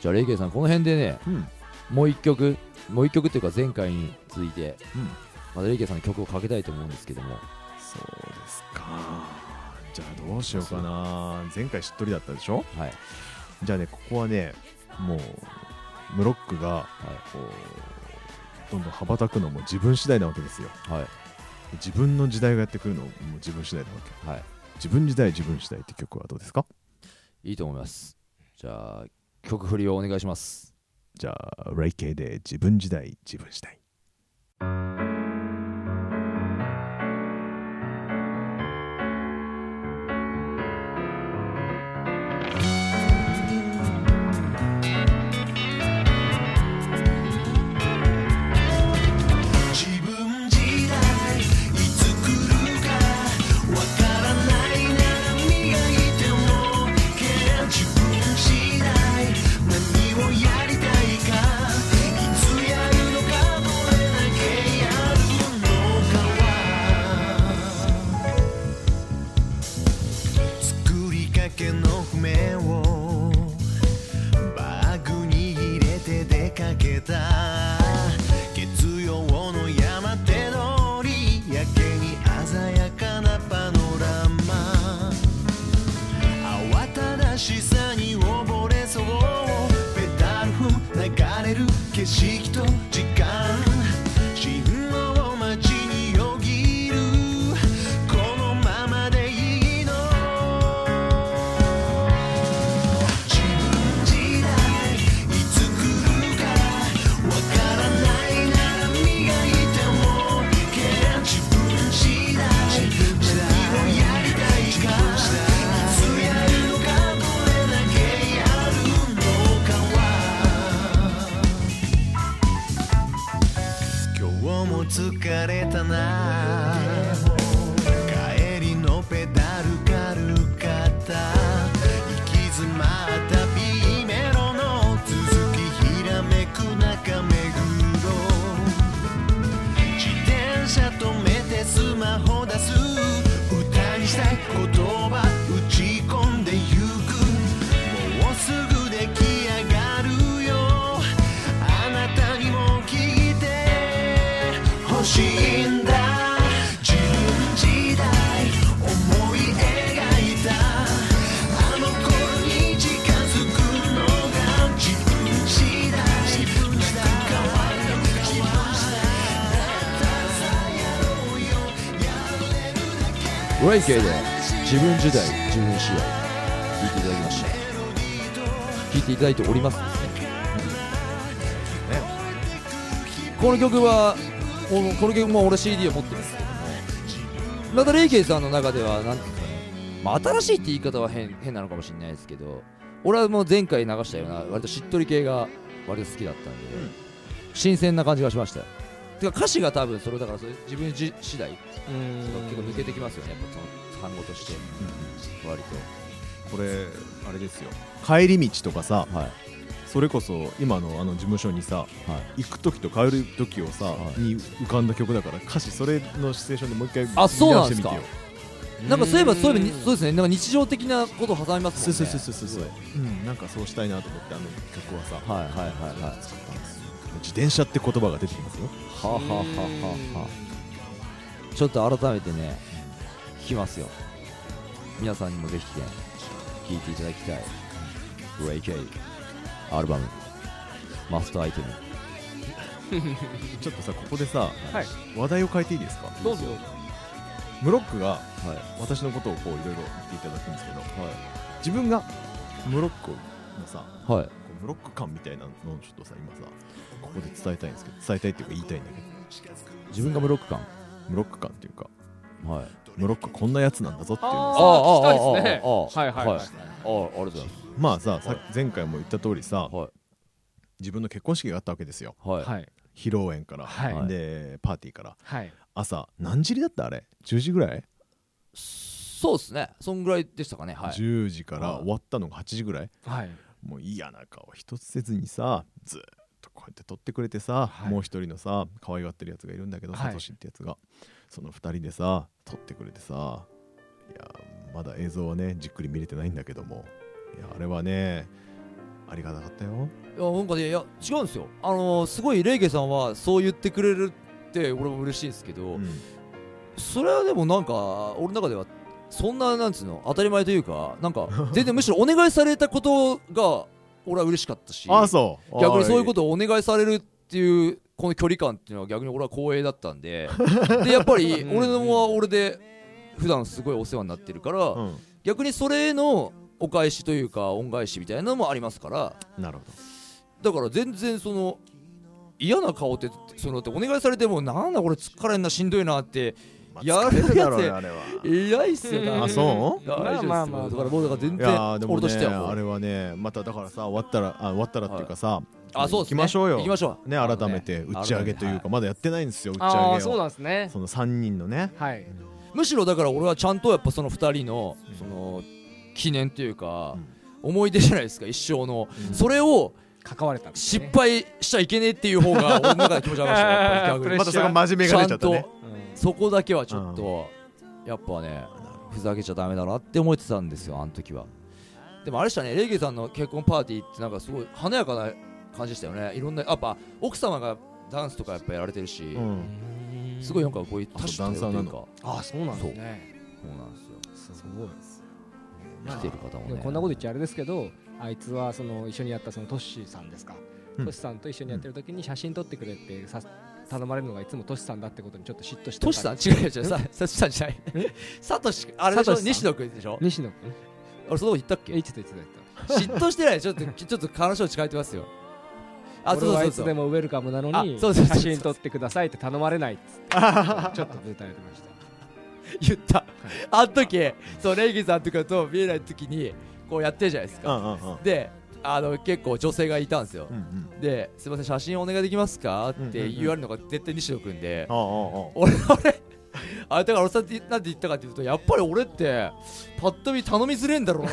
[SPEAKER 3] じゃあレイケイさんこの辺でね
[SPEAKER 5] うん
[SPEAKER 3] もう一曲もう一曲っていうか前回に続いて、
[SPEAKER 5] うん
[SPEAKER 3] またレイケイさんの曲をかけたいと思うんですけども
[SPEAKER 5] そうですかじゃあどうしようかな前回しっとりだったでしょ
[SPEAKER 3] はい
[SPEAKER 5] じゃあねここはねもうブロックがこう、どんどん羽ばたくのも自分次第なわけですよ
[SPEAKER 3] はい
[SPEAKER 5] 自分の時代がやってくるのも自分次第なわけ
[SPEAKER 3] は
[SPEAKER 5] 自分時代自分次第って曲はどうですか
[SPEAKER 3] いいいと思いますじゃあ曲振りをお願いします
[SPEAKER 5] じゃあレイケイで自分時代自分次第
[SPEAKER 2] 自分時代いつ来るかわからない何がいても OK 自分次第何をやりたいかいつやるのかどれだけやるのかは作りかけの譜面をバッグに入れて出かけた月曜の山手通りやけに鮮やかなパノラマ慌ただしさに溺れそうペダル踏む流れる景色と時間信号待ちによぎるこのままでいいの自分時代いつ来るかわからない何がいても OK 自分次第何をやりたいかいつやるのかどれだけやるのかは今日も疲れたな帰りのペダル軽かった行き詰まった B メロの続きひらめく中目黒自転車止めてスマホ出す歌にしたい言葉打ち込んでゆくもうすぐ出来上がるよあなたにも聞いて欲しいんだ自分時代思い描いたあの頃に近づくのが自分次第自分次第自分次第
[SPEAKER 3] レイケイで自分時代自分試合聴いていただきました聴いていただいておりますですねこの曲はこのこの曲も俺 CD を持ってますけどもラダレイケイさんの中ではなんていうんですかね、まあ、新しいって言い方は変変なのかもしれないですけど俺はもう前回流したような割としっとり系が割と好きだったんで、新鮮な感じがしましたよてか歌詞が多分それだからそれ自分自次第
[SPEAKER 4] うん
[SPEAKER 3] 結構抜けてきますよねやっぱその単語として割
[SPEAKER 5] これあれですよ帰り道とかさ
[SPEAKER 3] とはい
[SPEAKER 5] それこそ今のあの事務所にさ行く時と帰る時をさ、
[SPEAKER 3] はい
[SPEAKER 5] に浮かんだ曲だから歌詞それのシチュエーションでもう一回
[SPEAKER 3] あそうなんですか
[SPEAKER 5] 見直して
[SPEAKER 3] なんかそういえばそういえばに
[SPEAKER 4] うん
[SPEAKER 3] そうですねなんか日常的なことを挟みますもんね
[SPEAKER 5] そうそうそうそうそううんなんかそうしたいなと思ってあの曲はさ
[SPEAKER 3] はいはいはいはい
[SPEAKER 5] 作ったんですよ自転車って言葉が出てきますよ
[SPEAKER 3] はあはあはあはあはあちょっと改めてね聞きますよ皆さんにもぜひね聞いていただきたい r a y k アルバムマストアイテム
[SPEAKER 5] ちょっとさここでさ、
[SPEAKER 4] はい
[SPEAKER 5] 話題を変えていいですか
[SPEAKER 4] どうぞどうぞ
[SPEAKER 5] ムロックが
[SPEAKER 3] はい
[SPEAKER 5] 私のことをこういろいろ言っていただくんですけど、自分がムロックのさ
[SPEAKER 3] はい
[SPEAKER 5] こうムロック感みたいなのをちょっとさ今さここで伝えたいんですけど伝えたいっていうか言いたいんだけど
[SPEAKER 3] 自分がブロック感
[SPEAKER 5] ムロック感っていうか
[SPEAKER 3] はい
[SPEAKER 5] ムロックこんなやつなんだぞっていうのを
[SPEAKER 3] あ
[SPEAKER 5] さ
[SPEAKER 4] あー
[SPEAKER 3] あ
[SPEAKER 4] 聞きたいですね
[SPEAKER 3] あああ
[SPEAKER 4] はいはいはい
[SPEAKER 3] ああありがとうございます
[SPEAKER 5] まあささ
[SPEAKER 3] はい
[SPEAKER 5] 前回も言った通りさ、
[SPEAKER 3] はい
[SPEAKER 5] 自分の結婚式があったわけですよ
[SPEAKER 3] はい
[SPEAKER 4] はい
[SPEAKER 5] 披露宴から、
[SPEAKER 4] はい
[SPEAKER 5] でパーティーから
[SPEAKER 4] はい
[SPEAKER 5] 朝何時だったあれ10時ぐらい、
[SPEAKER 3] そうですねそんぐらいでしたかねはい
[SPEAKER 5] 10時から
[SPEAKER 3] はい
[SPEAKER 5] 終わったのが8時ぐらい
[SPEAKER 4] はい
[SPEAKER 5] もう嫌な顔一つせずにさずーっとこうやって撮ってくれてさ、
[SPEAKER 4] はい
[SPEAKER 5] もう一人のさ可愛がってるやつがいるんだけど
[SPEAKER 4] はい
[SPEAKER 5] サトシってやつが、その二人でさ撮ってくれてさいやまだ映像はねじっくり見れてないんだけどもいやあれはねありがたかったよ
[SPEAKER 3] いやなんかねいや違うんですよあのーすごいレイケさんはそう言ってくれるって俺も嬉しいんですけど、
[SPEAKER 5] うん
[SPEAKER 3] それはでもなんか俺の中ではそんななんつうの当たり前というかなんか全然むしろお願いされたことが俺は嬉しかったし
[SPEAKER 5] ああそう
[SPEAKER 3] 逆にそういうこととをお願いされるっていうこの距離感っていうのは逆に俺は光栄だったんででやっぱ
[SPEAKER 5] (laughs)
[SPEAKER 3] り俺のは俺で普段すごいお世話になってるから、
[SPEAKER 5] うん
[SPEAKER 3] 逆にそれのお返しというか恩返しみたいなのもありますから
[SPEAKER 5] なるほど
[SPEAKER 3] だから全然その嫌な顔ってそのだってお願いされてもなんだこれ疲れんなしんどいなって
[SPEAKER 5] まあ
[SPEAKER 3] や
[SPEAKER 5] 疲れるだろうね
[SPEAKER 3] やるやつ
[SPEAKER 5] あれは
[SPEAKER 3] 偉いっすよな
[SPEAKER 5] あそう
[SPEAKER 3] 大丈夫です
[SPEAKER 4] まあまあまあ
[SPEAKER 3] だからもうだから全
[SPEAKER 5] い
[SPEAKER 3] 然
[SPEAKER 5] やーでも
[SPEAKER 3] 俺として
[SPEAKER 5] ね
[SPEAKER 3] はもう
[SPEAKER 5] あれはねまただからさ終わったらあ終わったらっていうかさ
[SPEAKER 3] あそう
[SPEAKER 5] 行きましょうよ
[SPEAKER 3] 行きましょう
[SPEAKER 5] ね改めて打ち上げというかまだやってないんですよ打ち上げ
[SPEAKER 4] あ
[SPEAKER 5] を
[SPEAKER 4] あそうなんですね
[SPEAKER 5] その3人のね
[SPEAKER 4] はい
[SPEAKER 3] むしろだから俺はちゃんとやっぱその2人の
[SPEAKER 5] うん
[SPEAKER 3] その記念というか思い出じゃないですか一生の
[SPEAKER 5] うん
[SPEAKER 3] それを
[SPEAKER 4] 関われたんです
[SPEAKER 3] 失
[SPEAKER 4] ね
[SPEAKER 3] 敗しちゃいけねえっていう方が俺の中で気持ち悪いましたよやっぱ
[SPEAKER 5] (laughs)
[SPEAKER 3] り逆に
[SPEAKER 4] プレッ
[SPEAKER 5] ま
[SPEAKER 4] シ
[SPEAKER 5] たそれが真面目
[SPEAKER 3] ち
[SPEAKER 5] が
[SPEAKER 3] ゃ
[SPEAKER 5] 出ちゃ
[SPEAKER 3] ん
[SPEAKER 5] ったね
[SPEAKER 3] と
[SPEAKER 4] うん
[SPEAKER 3] そこだけはちょっとやっぱねふざけちゃダメだなって思ってたんですよあの時はでもあれでしたねレイゲイさんの結婚パーティーってなんかすごい華やかな感じでしたよねいろんなやっぱ奥様がダンスとかやっぱやられてるし、
[SPEAKER 5] うん
[SPEAKER 3] すごいなんかこういう
[SPEAKER 5] あと
[SPEAKER 3] 多種多様というかそ
[SPEAKER 4] ああそうなんですね
[SPEAKER 3] うなんです
[SPEAKER 4] すごい
[SPEAKER 3] よ来てる方も
[SPEAKER 4] で
[SPEAKER 3] ね
[SPEAKER 4] もこんなこと言っちゃあれですけどあいつはその一緒にやったそのトッシーさんですか、
[SPEAKER 5] うん
[SPEAKER 4] トシさんと一緒にやってる時に写真撮ってくれってさ頼まれるのがいつもトシさんだってことにちょっと嫉妬してた
[SPEAKER 3] トシさん違う違う違うさサシさんじゃないサトシあれでし
[SPEAKER 4] サ
[SPEAKER 3] ょ
[SPEAKER 4] トシさん
[SPEAKER 3] 西野君でしょ
[SPEAKER 4] 西野君
[SPEAKER 3] 俺そのこと言ったっ
[SPEAKER 4] え
[SPEAKER 3] け
[SPEAKER 4] いつといつだった
[SPEAKER 3] 嫉妬してないちょっとちょっと彼女を誓えてますよあそ
[SPEAKER 4] 俺
[SPEAKER 3] う
[SPEAKER 4] は
[SPEAKER 3] そ
[SPEAKER 4] あ
[SPEAKER 3] う
[SPEAKER 4] い
[SPEAKER 3] そ
[SPEAKER 4] つ
[SPEAKER 3] う
[SPEAKER 4] でもウェルカムなのに
[SPEAKER 3] あそうそうそう
[SPEAKER 4] 写真撮ってくださいって頼まれないっつってちょっとぶたれてました
[SPEAKER 3] 言ったあの時そうレイギさんとかと見えない時にこうやってるじゃないです
[SPEAKER 5] う
[SPEAKER 3] か、
[SPEAKER 5] んうんうん
[SPEAKER 3] であの結構女性がいたんですよ、
[SPEAKER 5] うんうん
[SPEAKER 3] ですいません写真お願いできますかっ
[SPEAKER 5] うんうん
[SPEAKER 3] て
[SPEAKER 5] うん
[SPEAKER 3] 言われるのが絶対西野君で、
[SPEAKER 5] あああ
[SPEAKER 3] 俺俺あれだから (laughs) 俺さんってなんて言ったかっていうとやっぱり俺ってパッと見頼みづれえんだろうな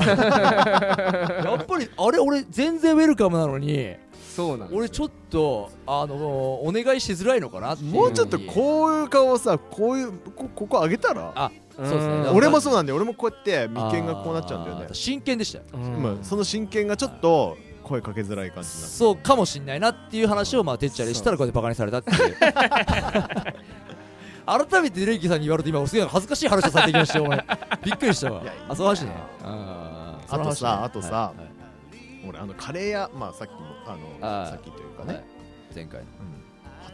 [SPEAKER 3] (laughs) やっぱりあれ俺全然ウェルカムなのに
[SPEAKER 4] そうなんですよ
[SPEAKER 3] 俺ちょっとあのお願いしづらいのかなって
[SPEAKER 5] あ
[SPEAKER 3] い
[SPEAKER 5] もうちょっとこういう顔をさこういうこここ上げたら
[SPEAKER 3] あそうですね
[SPEAKER 4] うん
[SPEAKER 5] 俺もそうなんだよ俺もこうやって眉間がこうなっちゃうんだよね
[SPEAKER 3] あー真剣でしたよ
[SPEAKER 4] うん
[SPEAKER 5] 今その真剣がちょっと声かけづらい感じになって
[SPEAKER 3] そうかもしんないなっていう話をまあてっちゃりしたらこうやってバカにされたって
[SPEAKER 5] (laughs)
[SPEAKER 3] いう改めてレイキさんに言われて今俺すげえ恥ずかしい話をされてきましたよ俺びっくりしたわ
[SPEAKER 5] いやいいんだよ
[SPEAKER 3] あそういう話ねあ
[SPEAKER 5] あとさあとさ
[SPEAKER 3] はいはい
[SPEAKER 5] 俺あのカレー屋まあさっきもあ
[SPEAKER 3] あー
[SPEAKER 5] のさっきというか
[SPEAKER 3] は
[SPEAKER 5] ね
[SPEAKER 3] い前回の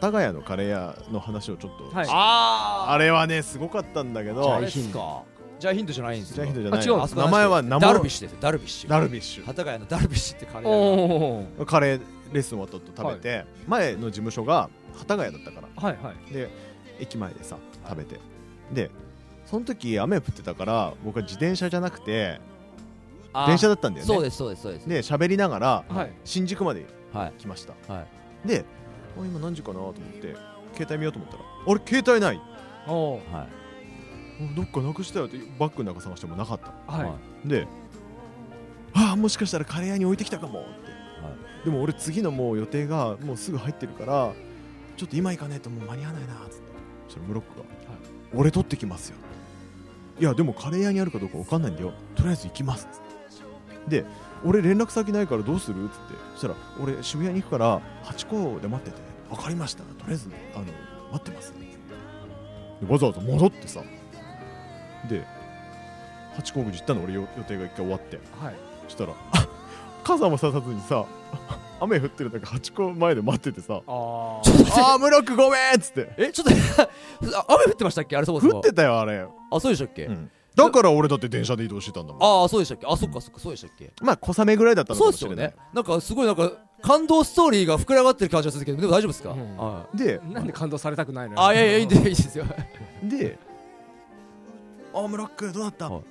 [SPEAKER 5] うん幡ヶ谷のカレー屋の話をちょっと
[SPEAKER 4] はい
[SPEAKER 3] あ
[SPEAKER 5] あれはねすごかったんだけ
[SPEAKER 3] あ
[SPEAKER 5] ど
[SPEAKER 3] れですかジャイヒンドじゃないんです
[SPEAKER 5] ジ
[SPEAKER 3] よ
[SPEAKER 5] ャイヒンドじゃない
[SPEAKER 4] あ違うん
[SPEAKER 3] あそこ
[SPEAKER 5] 名前は名前
[SPEAKER 3] ダルビッシュですよダルビッシュ
[SPEAKER 5] ダルビッシ
[SPEAKER 3] 幡ヶ谷のダルビッシュってカレー屋が
[SPEAKER 4] おー
[SPEAKER 5] ュカレーレッスン終わったと食べて前の事務所が幡ヶ谷だったから
[SPEAKER 4] はいはい
[SPEAKER 5] で駅前でさ食べてでその時雨降ってたから僕は自転車じゃなくて
[SPEAKER 3] あー
[SPEAKER 5] 電車だったんだよね
[SPEAKER 3] そうですそうですそうです
[SPEAKER 5] で喋りながら
[SPEAKER 4] はい
[SPEAKER 5] 新宿まで
[SPEAKER 3] はい
[SPEAKER 5] 来ました
[SPEAKER 3] はい
[SPEAKER 5] であ今何時かなと思って携帯見ようと思ったらあれ携帯ない
[SPEAKER 4] おー
[SPEAKER 3] はい
[SPEAKER 5] あどっかなくしたよってバッグの中探してもなかった
[SPEAKER 4] はい
[SPEAKER 3] は
[SPEAKER 5] でああもしかしたらカレー屋に置いてきたかもって、
[SPEAKER 3] は
[SPEAKER 5] でも俺次のもう予定がもうすぐ入ってるからちょっと今行かないともう間に合わないなっつってそしたらムロックが、俺取ってきますよ」いやでもカレー屋にあるかどうか分かんないんだよとりあえず行きます」っつってで俺連絡先ないからどうするっつってそしたら「俺渋谷に行くからハチ公で待ってて分かりましたとりあえずあの待ってます」でわざわざ戻ってさで八甲口行ったの俺よ予定が一回終わって
[SPEAKER 4] はい
[SPEAKER 5] そしたら (laughs) あ傘もささずにさ (laughs) あ雨降ってる中八甲前で待っててさ「
[SPEAKER 4] あ
[SPEAKER 3] ちょっと待って
[SPEAKER 5] あームロックごめん!」っつって
[SPEAKER 3] えちょっと (laughs) あ雨降ってましたっけあれそうそう
[SPEAKER 5] 降ってたよあれ、
[SPEAKER 3] あそうでしたっけ、
[SPEAKER 5] うんだから俺だって電車で移動してたんだもん
[SPEAKER 3] ああそうでしたっけあそっかそっかそうでしたっけ
[SPEAKER 5] まあ小雨ぐらいだったのか
[SPEAKER 3] そう
[SPEAKER 5] も
[SPEAKER 3] で
[SPEAKER 5] し
[SPEAKER 3] すよ
[SPEAKER 5] れない
[SPEAKER 3] ねなんかすごいなんか感動ストーリーが膨らまってる感じがするけどでも大丈夫ですか、
[SPEAKER 4] うん
[SPEAKER 3] はい
[SPEAKER 5] で
[SPEAKER 4] ーなんで感動されたくないの
[SPEAKER 3] あいやいやいいんでいいですよ
[SPEAKER 5] で「あームロックどうだった
[SPEAKER 3] はい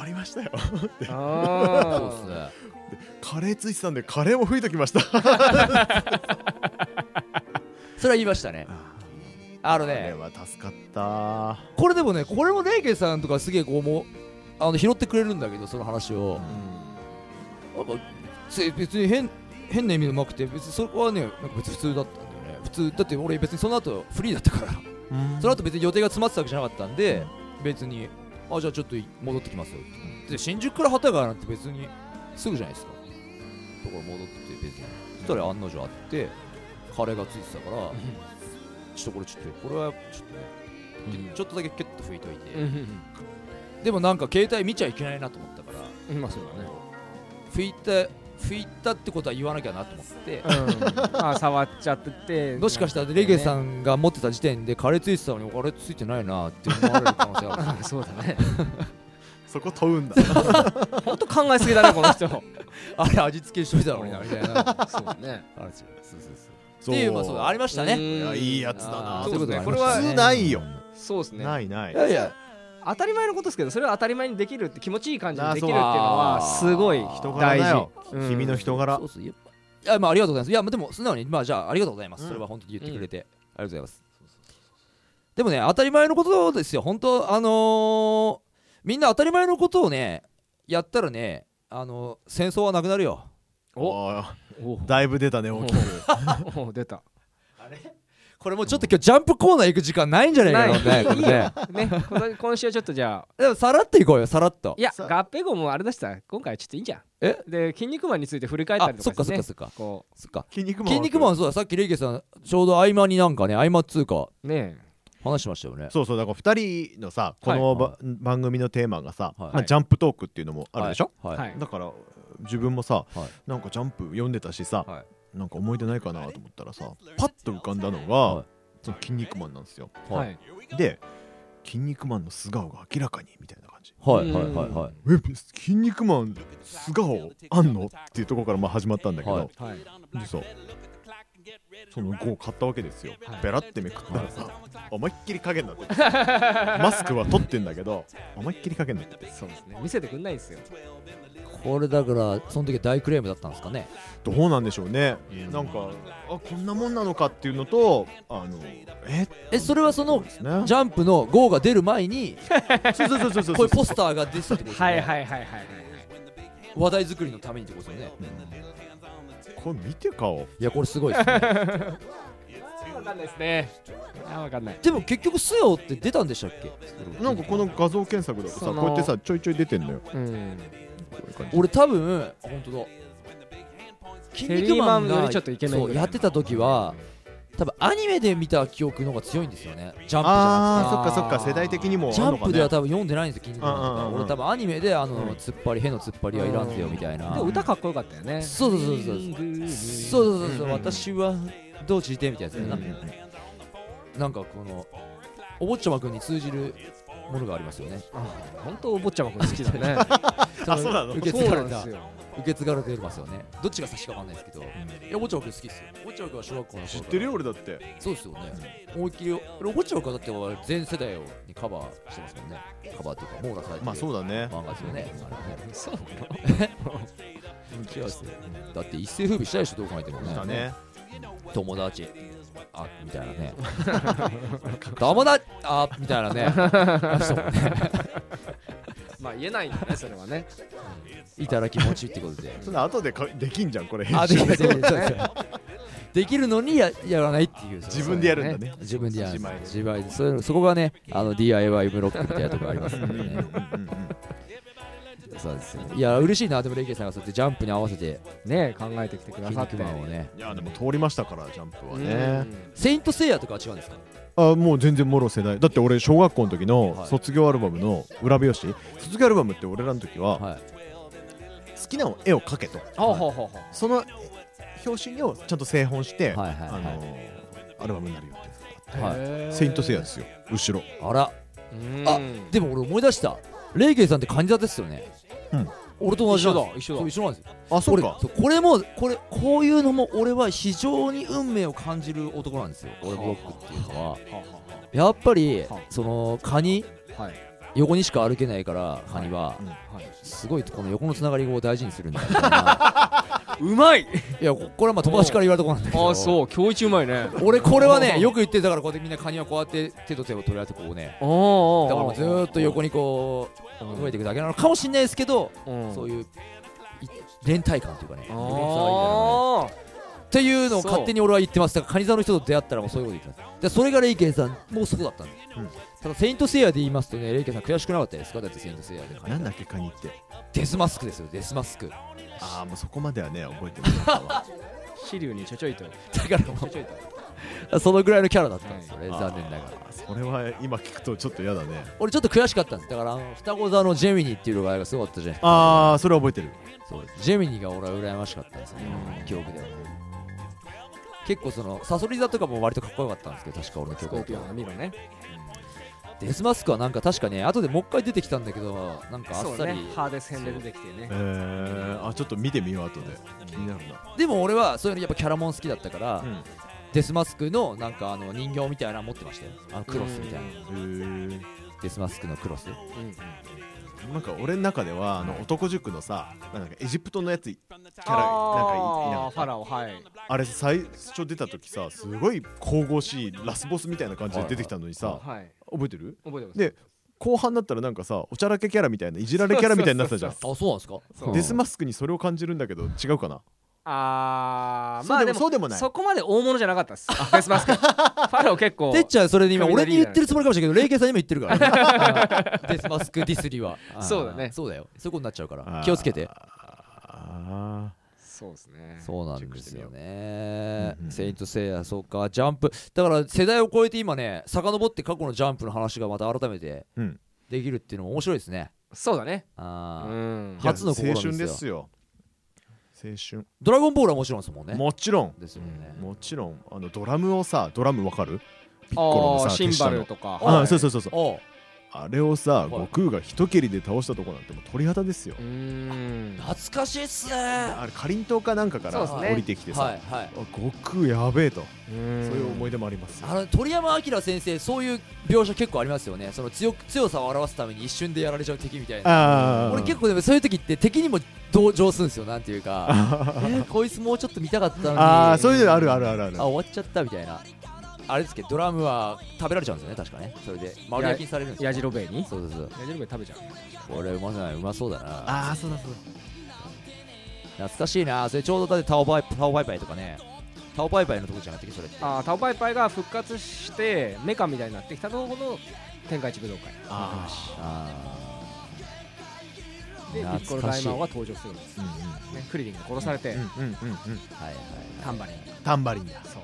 [SPEAKER 5] ありましたよ
[SPEAKER 4] あ
[SPEAKER 3] そうです
[SPEAKER 4] ね
[SPEAKER 3] ね
[SPEAKER 5] カレーついてたんでカレーも吹いときました
[SPEAKER 3] それは言いましたねあの
[SPEAKER 5] あれ
[SPEAKER 3] ね
[SPEAKER 5] は助かった
[SPEAKER 3] これでもねこれもレイケさんとかすげえこうもうあの拾ってくれるんだけどその話を、なんかせ別に変変な意味でもなくて別にそこはねなんか別に普通だったんだよね普通だって俺別にその後フリーだったからその後別に予定が詰まってたわけじゃなかったんで、別にあじゃあちょっと戻ってきますよで新宿から幡ヶ谷なんて別にすぐじゃないですかだから戻ってきて別にそしたら案の定あってカレーがついてたからちょっとこれちょっとこれはちょっとねちょっとだけキュッと拭いといて、でもなんか携帯見ちゃいけないなと思ったから
[SPEAKER 4] うんまあそうだね
[SPEAKER 3] 拭いた拭いたってことは言わなきゃなと思って
[SPEAKER 4] うんあー触っちゃってて
[SPEAKER 3] もしかしたらレゲエさ
[SPEAKER 4] ん
[SPEAKER 3] んが持ってた時点でカレーついてたのにカレーついてないなって思われる可能性がある
[SPEAKER 4] あーそうだね
[SPEAKER 5] そこ問 (laughs) うんだ
[SPEAKER 4] 本当考えすぎ (laughs) だねこの人そう
[SPEAKER 3] (laughs) あれ味付けしといたの (laughs) になみたいな
[SPEAKER 4] だね
[SPEAKER 3] 話っていうまあそうだありましたね
[SPEAKER 5] いやいいやつだ
[SPEAKER 3] あー
[SPEAKER 5] な
[SPEAKER 3] そういうことね
[SPEAKER 5] 普
[SPEAKER 3] これは
[SPEAKER 5] 通ないよ、
[SPEAKER 4] そうですね
[SPEAKER 5] ないない
[SPEAKER 3] いやいや
[SPEAKER 4] 当たり前のことですけどそれは当たり前にできるって気持ちいい感じにできるっていうの
[SPEAKER 3] あ
[SPEAKER 4] は
[SPEAKER 3] そう
[SPEAKER 4] すごい
[SPEAKER 3] あー
[SPEAKER 5] 人柄
[SPEAKER 4] 大
[SPEAKER 5] だ
[SPEAKER 4] 事
[SPEAKER 5] よ、
[SPEAKER 4] うん
[SPEAKER 5] 君の人柄
[SPEAKER 3] そうっすやっぱいやまあありがとうございますいやまあでも素直にまあじゃあありがとうございます、
[SPEAKER 5] うん
[SPEAKER 3] それは本当に言ってくれて、ありがとうございますでもね当たり前のことですよ本当あのーみんな当たり前のことをねやったらねあのー戦争はなくなるよ
[SPEAKER 4] お
[SPEAKER 5] あ
[SPEAKER 4] お
[SPEAKER 5] ーだいぶ出たね大きく
[SPEAKER 4] おお出た
[SPEAKER 3] これもうちょっと今日ジャンプコーナー行く時間ないんじゃないかなねこれね
[SPEAKER 4] ねこの今週はちょっとじゃあ
[SPEAKER 3] でもさらっていこうよさらっと
[SPEAKER 4] いや
[SPEAKER 5] さ
[SPEAKER 4] 合併後もあれだしさ今回はちょっといいんじゃん
[SPEAKER 3] え
[SPEAKER 4] で筋肉マンについて振り返った
[SPEAKER 3] あ
[SPEAKER 4] りと
[SPEAKER 3] そっ
[SPEAKER 4] か
[SPEAKER 3] か
[SPEAKER 4] して
[SPEAKER 3] そ
[SPEAKER 4] ね
[SPEAKER 3] っかそっか
[SPEAKER 4] こ
[SPEAKER 3] そっか
[SPEAKER 5] 筋肉マン
[SPEAKER 3] 筋肉マンそうださっきレイケさんちょうど合間になんかね合間っつうか
[SPEAKER 4] うね
[SPEAKER 3] 話しましたよね
[SPEAKER 5] そうそうだから2人のさこのば、
[SPEAKER 3] は
[SPEAKER 5] 番組のテーマがさ、
[SPEAKER 3] はい
[SPEAKER 5] まあ、ジャンプトークっていうのもあるでしょ、
[SPEAKER 3] はい、
[SPEAKER 4] はい
[SPEAKER 5] だから自分もさ、
[SPEAKER 3] はい
[SPEAKER 5] なんかジャンプ読んでたしさ、
[SPEAKER 3] は
[SPEAKER 5] なんか思い出ないかなと思ったらさパッと浮かんだのが、
[SPEAKER 3] はい
[SPEAKER 5] その筋肉マンなんですよ
[SPEAKER 4] は
[SPEAKER 3] はい
[SPEAKER 5] で筋肉マンの素顔が明らかにみたいな感じ
[SPEAKER 3] はいはいはいはい
[SPEAKER 5] え筋肉マン素顔あんのっていうところからまあ始まったんだけど、
[SPEAKER 3] はい
[SPEAKER 4] はい
[SPEAKER 5] でさその5を買ったわけですよ、ベラってめくったらさ思いっきり影になってるマスクは取ってんだけど思いっきり影になってる
[SPEAKER 4] そうですね見せてくんないですよ
[SPEAKER 3] これだからその時は大クレームだったんですかね
[SPEAKER 5] どうなんでしょうねなんかあこんなもんなのかっていうのとあのえ
[SPEAKER 3] えそれはその
[SPEAKER 5] ですね
[SPEAKER 3] ジャンプの GO が出る前に
[SPEAKER 5] そうそうそうそ
[SPEAKER 3] こ
[SPEAKER 5] うそう
[SPEAKER 3] いうポスターが出てたってことですよ
[SPEAKER 4] はい
[SPEAKER 3] ね
[SPEAKER 4] はいはいはいはい
[SPEAKER 3] 話題作りのためにってことですよね
[SPEAKER 5] これ見て顔
[SPEAKER 3] いやこれすごいで
[SPEAKER 4] (laughs)
[SPEAKER 3] すね
[SPEAKER 4] 分かんないですねあ分かんない
[SPEAKER 3] でも結局素顔って出たんでしたっけ
[SPEAKER 5] なんかこの画像検索だとさ
[SPEAKER 4] その
[SPEAKER 5] こうやってさちょいちょい出てんのよこ
[SPEAKER 4] うん
[SPEAKER 5] ういう感じ
[SPEAKER 3] 俺多分本当だ筋
[SPEAKER 4] テリ
[SPEAKER 3] 肉
[SPEAKER 4] ー
[SPEAKER 3] マ
[SPEAKER 4] マ
[SPEAKER 3] ン
[SPEAKER 4] ン
[SPEAKER 3] が
[SPEAKER 4] よりちょっとイケメンぐらい
[SPEAKER 3] そうやってた時は多分アニメで見た記憶の方が強いんですよねジャンプじゃなくて
[SPEAKER 5] あーそっかそっか世代的にもあ
[SPEAKER 3] ジ
[SPEAKER 5] んの
[SPEAKER 3] ャン
[SPEAKER 5] かね
[SPEAKER 3] プでは多分読んでないんですよ、筋肉マンと
[SPEAKER 5] うんうん
[SPEAKER 3] か
[SPEAKER 5] うんうん
[SPEAKER 3] 俺多分アニメであの突っ張り、への突っ張りはいらんぜよみたいな。
[SPEAKER 4] でも歌かっこよかったよね
[SPEAKER 3] そうそうそうそうそうそうそうそう、私はどうちいてみたいなやつだよな、なんかこのお坊ちゃまくんに通じるものがありますよね。
[SPEAKER 4] 本当お坊ちゃまこれ好きだね
[SPEAKER 3] そ
[SPEAKER 5] そうなの
[SPEAKER 3] (laughs) 受け継
[SPEAKER 4] そうな
[SPEAKER 3] がれ
[SPEAKER 4] んで
[SPEAKER 3] た
[SPEAKER 4] すよ
[SPEAKER 3] 受け継がれてますよねどっちが差しかわかんないですけど、いやおちゃおく好きですよおちゃおくは小学校の頃
[SPEAKER 5] 知
[SPEAKER 3] から
[SPEAKER 5] ってるよ俺だって
[SPEAKER 3] そうですよね思いっきり俺おちゃおくはだって俺全世代をにカバーしてますもんねカバーっていうか網羅されてる
[SPEAKER 5] まあそうだね
[SPEAKER 3] 漫画ですよねそう (laughs)
[SPEAKER 5] 違
[SPEAKER 3] 違うっすよだって一世風靡したでしょどう考えてもね
[SPEAKER 5] だね
[SPEAKER 3] 友達あみたいな
[SPEAKER 5] (laughs)
[SPEAKER 3] ね友達あみたいなねあそうね
[SPEAKER 4] まあ言えないんだねそれはね
[SPEAKER 3] いただき持ちってことで
[SPEAKER 5] そんな後でかできんじゃんこれ
[SPEAKER 3] あできる
[SPEAKER 4] そうですね
[SPEAKER 3] そうですできるのにややらないっていう
[SPEAKER 5] 自分でやるんだね
[SPEAKER 3] 自分でやるんで
[SPEAKER 5] 自前です
[SPEAKER 3] 自前でそういうのそこがねあの DIY ブロックみたいなところあります
[SPEAKER 5] うんんう
[SPEAKER 3] で
[SPEAKER 5] んうん
[SPEAKER 3] ね
[SPEAKER 5] うん
[SPEAKER 3] そうですねいや嬉しいなでもレイケさんがそうやってジャンプに合わせて
[SPEAKER 4] ね考えてきてくだ
[SPEAKER 3] 筋
[SPEAKER 4] さって
[SPEAKER 3] 肉マンをね
[SPEAKER 5] いやでも通りましたからジャンプはね
[SPEAKER 3] セイントセイヤとかは違うんですか
[SPEAKER 5] あもう全然もろ世代だって俺小学校の
[SPEAKER 3] は
[SPEAKER 5] 時の
[SPEAKER 3] い
[SPEAKER 5] 卒業アルバムの裏表紙卒業アルバムって俺らの時は
[SPEAKER 3] はい
[SPEAKER 5] 好きな絵を描けと
[SPEAKER 4] はあはあはあは
[SPEAKER 5] その表紙をちゃんと製本して
[SPEAKER 3] はいはい
[SPEAKER 5] あ
[SPEAKER 3] は
[SPEAKER 5] のアルバムになるよって
[SPEAKER 3] い
[SPEAKER 4] あ
[SPEAKER 3] はい
[SPEAKER 4] へー
[SPEAKER 5] セイントセイヤですよ後ろ
[SPEAKER 3] あら
[SPEAKER 4] うん
[SPEAKER 3] あでも俺思い出したレイケイさんってカニ座ですよね
[SPEAKER 5] うん
[SPEAKER 3] 俺と同じなんです
[SPEAKER 4] 一緒
[SPEAKER 3] よ
[SPEAKER 4] だ一緒だ
[SPEAKER 3] そう一緒なんですよ
[SPEAKER 5] あそう
[SPEAKER 3] 俺
[SPEAKER 5] か
[SPEAKER 3] そうこれもこれこういうのも俺は非常に運命を感じる男なんですよ俺ブロックっていうのは
[SPEAKER 4] は
[SPEAKER 3] やっぱり
[SPEAKER 4] は
[SPEAKER 3] そのカニ
[SPEAKER 4] あはあはい
[SPEAKER 3] 横にしか歩けないからカニは
[SPEAKER 5] うん
[SPEAKER 4] はい
[SPEAKER 3] すごいこの横のつながりを大事にする
[SPEAKER 5] (laughs)
[SPEAKER 3] んだみたいな
[SPEAKER 4] うまい
[SPEAKER 3] いやここれはまあ友達から言われたことなんだけど
[SPEAKER 4] ああそう今日一うまいね
[SPEAKER 3] 俺これは
[SPEAKER 4] (laughs)
[SPEAKER 3] ねよく言ってるだからこうやってみんなカニはこうやって手と手を取り合ってこう
[SPEAKER 4] ああ
[SPEAKER 3] ねだからもうずーっと横にこう動いていくだけなのかもしれないですけどそういうい連帯感というかね横のつながりみたいなのがね
[SPEAKER 4] あ
[SPEAKER 3] っていうのを
[SPEAKER 4] そう
[SPEAKER 3] 勝手に俺は言ってますだからカニ座の人と出会ったらもうそういうこと言ってますでそれがレイケイさんもうそこだったんです、
[SPEAKER 5] うん
[SPEAKER 3] ただセイントセイヤで言いますとねレイケイさん悔しくなかったですかだってセイントセイヤで
[SPEAKER 5] なんだっけカニって
[SPEAKER 3] デスマスクですよデスマスクだ
[SPEAKER 5] ああもうそこまではね覚えてない (laughs)
[SPEAKER 4] あ支流にちょちょいとち
[SPEAKER 3] からも
[SPEAKER 4] ょちょいと
[SPEAKER 3] う (laughs) そのぐらいのキャラだったんですよね、
[SPEAKER 5] はい
[SPEAKER 3] 残念ながら
[SPEAKER 5] それは今聞くとちょっと嫌だね
[SPEAKER 3] 俺ちょっと悔しかったんですだからあの双子座のジェミニーっていうのがすごかったじゃないですか
[SPEAKER 5] ああそれは覚えてる
[SPEAKER 3] そうジェミニーが俺は羨ましかったんですよ、
[SPEAKER 4] うん
[SPEAKER 3] 記憶では結構そのサソリ座とかも割とかっこよかったんですけど確か俺の記
[SPEAKER 4] ス
[SPEAKER 3] 憶
[SPEAKER 4] コ
[SPEAKER 3] だ
[SPEAKER 4] ー
[SPEAKER 3] と
[SPEAKER 4] ピオンのミロね
[SPEAKER 3] デスマスクはなんか確かね後でもう一回出てきたんだけどなんかあ
[SPEAKER 4] そ
[SPEAKER 3] っ
[SPEAKER 4] う
[SPEAKER 3] さ
[SPEAKER 4] ね
[SPEAKER 3] り
[SPEAKER 4] ハーデス編で出てきてね
[SPEAKER 5] えー、あちょっと見てみよう後で気になるな
[SPEAKER 3] でも俺はそういうのやっぱキャラモン好きだったから、
[SPEAKER 5] うんへ
[SPEAKER 3] デスマスクのなんかあの人形みたいなの持ってましたよあのクロスみたいな
[SPEAKER 5] ー
[SPEAKER 3] デスマスクのクロス
[SPEAKER 4] うん
[SPEAKER 5] なんか俺の中ではあの男塾のさなんかエジプトのやつキャラなんかいいな
[SPEAKER 4] あ
[SPEAKER 5] か
[SPEAKER 4] あ
[SPEAKER 5] っ
[SPEAKER 4] フ
[SPEAKER 5] た
[SPEAKER 4] ァラオはい
[SPEAKER 5] あれ最初出た時さすごい神々しいラスボスみたいな感じで出てきたのにさ、
[SPEAKER 4] はい
[SPEAKER 5] 覚えてる
[SPEAKER 4] 覚えてます
[SPEAKER 5] で後半だったらなんかさおちゃらけキャラみたいないじられキャラみたいになってたじゃん
[SPEAKER 3] あそうなんですか
[SPEAKER 4] そう
[SPEAKER 5] デスマスクにそれを感じるんだけど違うかな
[SPEAKER 4] あー
[SPEAKER 5] そう
[SPEAKER 4] まあ
[SPEAKER 5] で
[SPEAKER 4] で
[SPEAKER 5] も
[SPEAKER 4] も
[SPEAKER 5] そうでもない
[SPEAKER 4] そこまで大物じゃなかったですデスマ
[SPEAKER 5] (laughs)
[SPEAKER 4] スクファラオ結構
[SPEAKER 3] てっちゃんそれで今
[SPEAKER 4] 髪の
[SPEAKER 3] 俺
[SPEAKER 4] リーダー
[SPEAKER 3] に言ってるつもりかもしれないけどレイケイさんにも言って
[SPEAKER 4] (laughs)
[SPEAKER 3] るからねうんデスマスクディスリはあー
[SPEAKER 4] そうだね
[SPEAKER 3] そうだよそういうことになっちゃうから気をつけて
[SPEAKER 5] あ
[SPEAKER 4] そうですね
[SPEAKER 3] そうなんですよね
[SPEAKER 5] うんうん
[SPEAKER 3] セイントセイヤそうかジャンプだから世代を超えて今ね遡って過去のジャンプの話がまた改めて
[SPEAKER 5] ーうん
[SPEAKER 3] できるっていうのも面白いですね
[SPEAKER 4] そうだねう
[SPEAKER 3] あー
[SPEAKER 4] ん
[SPEAKER 5] いや
[SPEAKER 3] 初の試み
[SPEAKER 5] 青
[SPEAKER 3] ですよ
[SPEAKER 5] 春ですよ青
[SPEAKER 3] ドラゴンボールはもちろんですもんね
[SPEAKER 5] 春もちろん
[SPEAKER 3] ですよね
[SPEAKER 5] もちろんあのドラムをさドラムわかるピッコロの
[SPEAKER 4] あ
[SPEAKER 5] さ
[SPEAKER 4] あシンバル
[SPEAKER 5] 手下の
[SPEAKER 4] とか
[SPEAKER 5] あそうそうそうそう
[SPEAKER 3] おう
[SPEAKER 5] あれをさ
[SPEAKER 3] い
[SPEAKER 5] 悟空が一蹴りで倒したとこなんてもう鳥肌ですよ
[SPEAKER 4] うーん
[SPEAKER 3] 懐かしいっすねは
[SPEAKER 5] あれかりんとうかなんかから
[SPEAKER 4] そうですね
[SPEAKER 5] 降りてき
[SPEAKER 3] い
[SPEAKER 5] てさ、
[SPEAKER 3] はい
[SPEAKER 5] あ悟空やべえと
[SPEAKER 4] そう
[SPEAKER 5] そういう思
[SPEAKER 4] い
[SPEAKER 5] い出もありますよ
[SPEAKER 3] あの鳥山明先生そういう描写結構ありますよねその強く強さを表すために一瞬でやられちゃう敵みたいな
[SPEAKER 5] あー
[SPEAKER 3] 俺結構でもそういう時って敵にも同情するんですよなんていうかえーこいつもうちょっと見たかったのに
[SPEAKER 5] ああそういうのあるあるあるある
[SPEAKER 3] あ終わっちゃったみたいなあれですけどドラムは食べられちゃうんですよね確かねそれで丸焼きにされるんですよ
[SPEAKER 4] やじろべえに
[SPEAKER 3] そうそう
[SPEAKER 4] やじろべえ食べちゃう
[SPEAKER 3] そう俺うまそうだなうまそうだな
[SPEAKER 5] あーそうだそうだ
[SPEAKER 3] 懐かしいなそれちょうどだってタオパイタオパイパイとかねタオパイパイのとこじゃなくてそれって
[SPEAKER 4] あータオパイパイが復活してメカみたいになってきたところの天下一武道会
[SPEAKER 5] あ
[SPEAKER 3] あ
[SPEAKER 4] でピ
[SPEAKER 3] 懐かしい
[SPEAKER 4] ッコロ大魔王が登場するんです、
[SPEAKER 5] うん
[SPEAKER 4] ね、クリリンが殺されて、
[SPEAKER 5] うんうんうんうん
[SPEAKER 3] ーはいはい
[SPEAKER 4] タンバリン
[SPEAKER 5] タンバリンだそう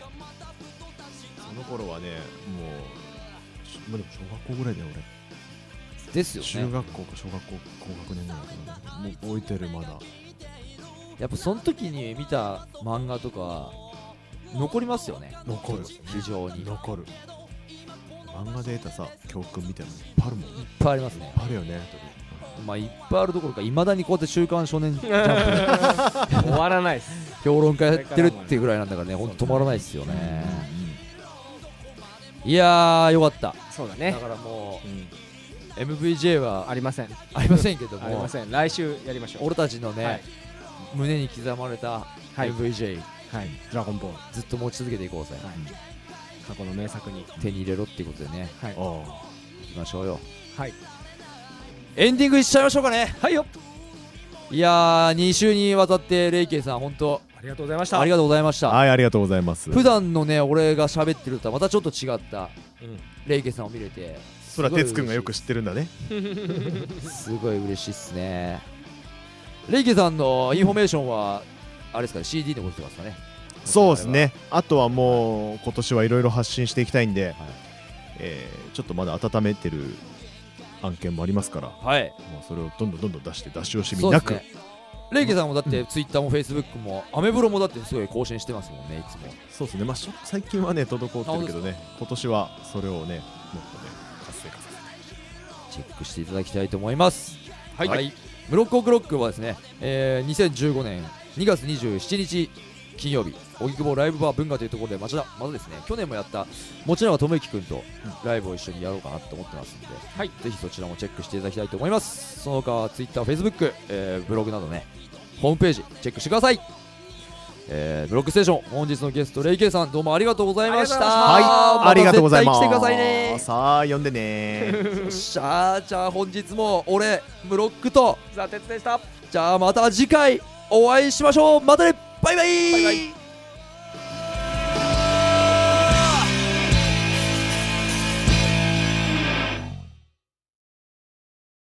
[SPEAKER 5] その頃はねもうしまあでも小学校ぐらいだよ俺
[SPEAKER 3] ですよね
[SPEAKER 5] 中学校か小学校高学年ぐらいかなもう覚えてるまだ
[SPEAKER 3] やっぱその時に見た漫画とか残りますよね
[SPEAKER 5] 残る
[SPEAKER 3] 非常にいっ
[SPEAKER 5] 残る漫画で得たさ教訓みたいなのいっぱいあるもんいっ
[SPEAKER 3] ぱいありますね
[SPEAKER 5] ぱいあるよね
[SPEAKER 3] まあ、いっぱいあるどころかいまだにこうやって「週刊少年ジャンプ」
[SPEAKER 4] 終わらないっす
[SPEAKER 3] 評論家やってるっていうぐらいなんだからね本当止まらないですよねいやーよかった
[SPEAKER 4] そうだ
[SPEAKER 3] だ
[SPEAKER 4] ね
[SPEAKER 3] からもう MVJ は
[SPEAKER 4] ありません
[SPEAKER 3] ありませんけど
[SPEAKER 4] あり
[SPEAKER 3] も
[SPEAKER 4] ません来週やりましょう
[SPEAKER 3] 俺たちの
[SPEAKER 4] はい
[SPEAKER 3] ね胸に刻まれた
[SPEAKER 4] はい
[SPEAKER 3] MVJ
[SPEAKER 4] はいドラゴンボール
[SPEAKER 3] ずっと持ち続けていこうぜ
[SPEAKER 4] はい過去の名作に
[SPEAKER 3] 手に入れろっていうことでね
[SPEAKER 4] はい
[SPEAKER 5] あ
[SPEAKER 3] いきましょうよ
[SPEAKER 4] はい
[SPEAKER 3] エンディングしちゃいましょうかね
[SPEAKER 4] はいよ
[SPEAKER 3] いやー2週にわたってレイケイさん本当
[SPEAKER 4] ありがとうございました
[SPEAKER 3] ありがとうございまし
[SPEAKER 5] あ
[SPEAKER 3] た
[SPEAKER 5] はいありがとうございます
[SPEAKER 3] 普段のね俺が喋ってるとはまたちょっと違った
[SPEAKER 4] うん
[SPEAKER 3] レイケイさんを見れて
[SPEAKER 5] そら哲くんがよく知ってるんだね
[SPEAKER 3] すごい嬉しいっすねレイケさんのインフォメーションはあれですかね CD で落ちてますかね
[SPEAKER 5] そうですねあとはもう今年はいろいろ発信していきたいんで、
[SPEAKER 3] はい
[SPEAKER 5] えーちょっとまだ温めてる案件もありますからも
[SPEAKER 3] はい、
[SPEAKER 5] うそれをどんどんどんどん出して出し惜しみ
[SPEAKER 3] そうで
[SPEAKER 5] な
[SPEAKER 3] す
[SPEAKER 5] く、
[SPEAKER 3] ねレイケさんもだってツイッターもフェイスブックもアメブロもだってすごい更新してますもんねいつも
[SPEAKER 5] そうですねまあしょ最近はね滞ってるけど
[SPEAKER 3] あ本当で
[SPEAKER 5] ね今年はそれをねもっとね活性化させて
[SPEAKER 3] チェックしていただきたいと思いますはい、
[SPEAKER 5] はい
[SPEAKER 3] ムロッコクロックはですね、えー2015年2月27日金曜日荻窪ライブバー文化というところでまたまたですね去年もやった持永智之君とライブを一緒にやろうかなと思ってますんで、
[SPEAKER 4] はい
[SPEAKER 3] ぜひそちらもチェックしていただきたいと思いますその他は TwitterFacebook、えーブログなどねホームページチェックしてくださいえーブロックステーション本日のゲストレイケイさんどうもありがとうございました
[SPEAKER 5] はい、ありがとうございます。
[SPEAKER 3] た絶対来てくださいね
[SPEAKER 5] さあ、呼んでね。
[SPEAKER 3] しゃあじゃあ本日も俺ムロックと
[SPEAKER 4] ザ・鉄でした
[SPEAKER 3] じゃあまた次回お会いしましょうまたねバイバイ
[SPEAKER 4] バイバイ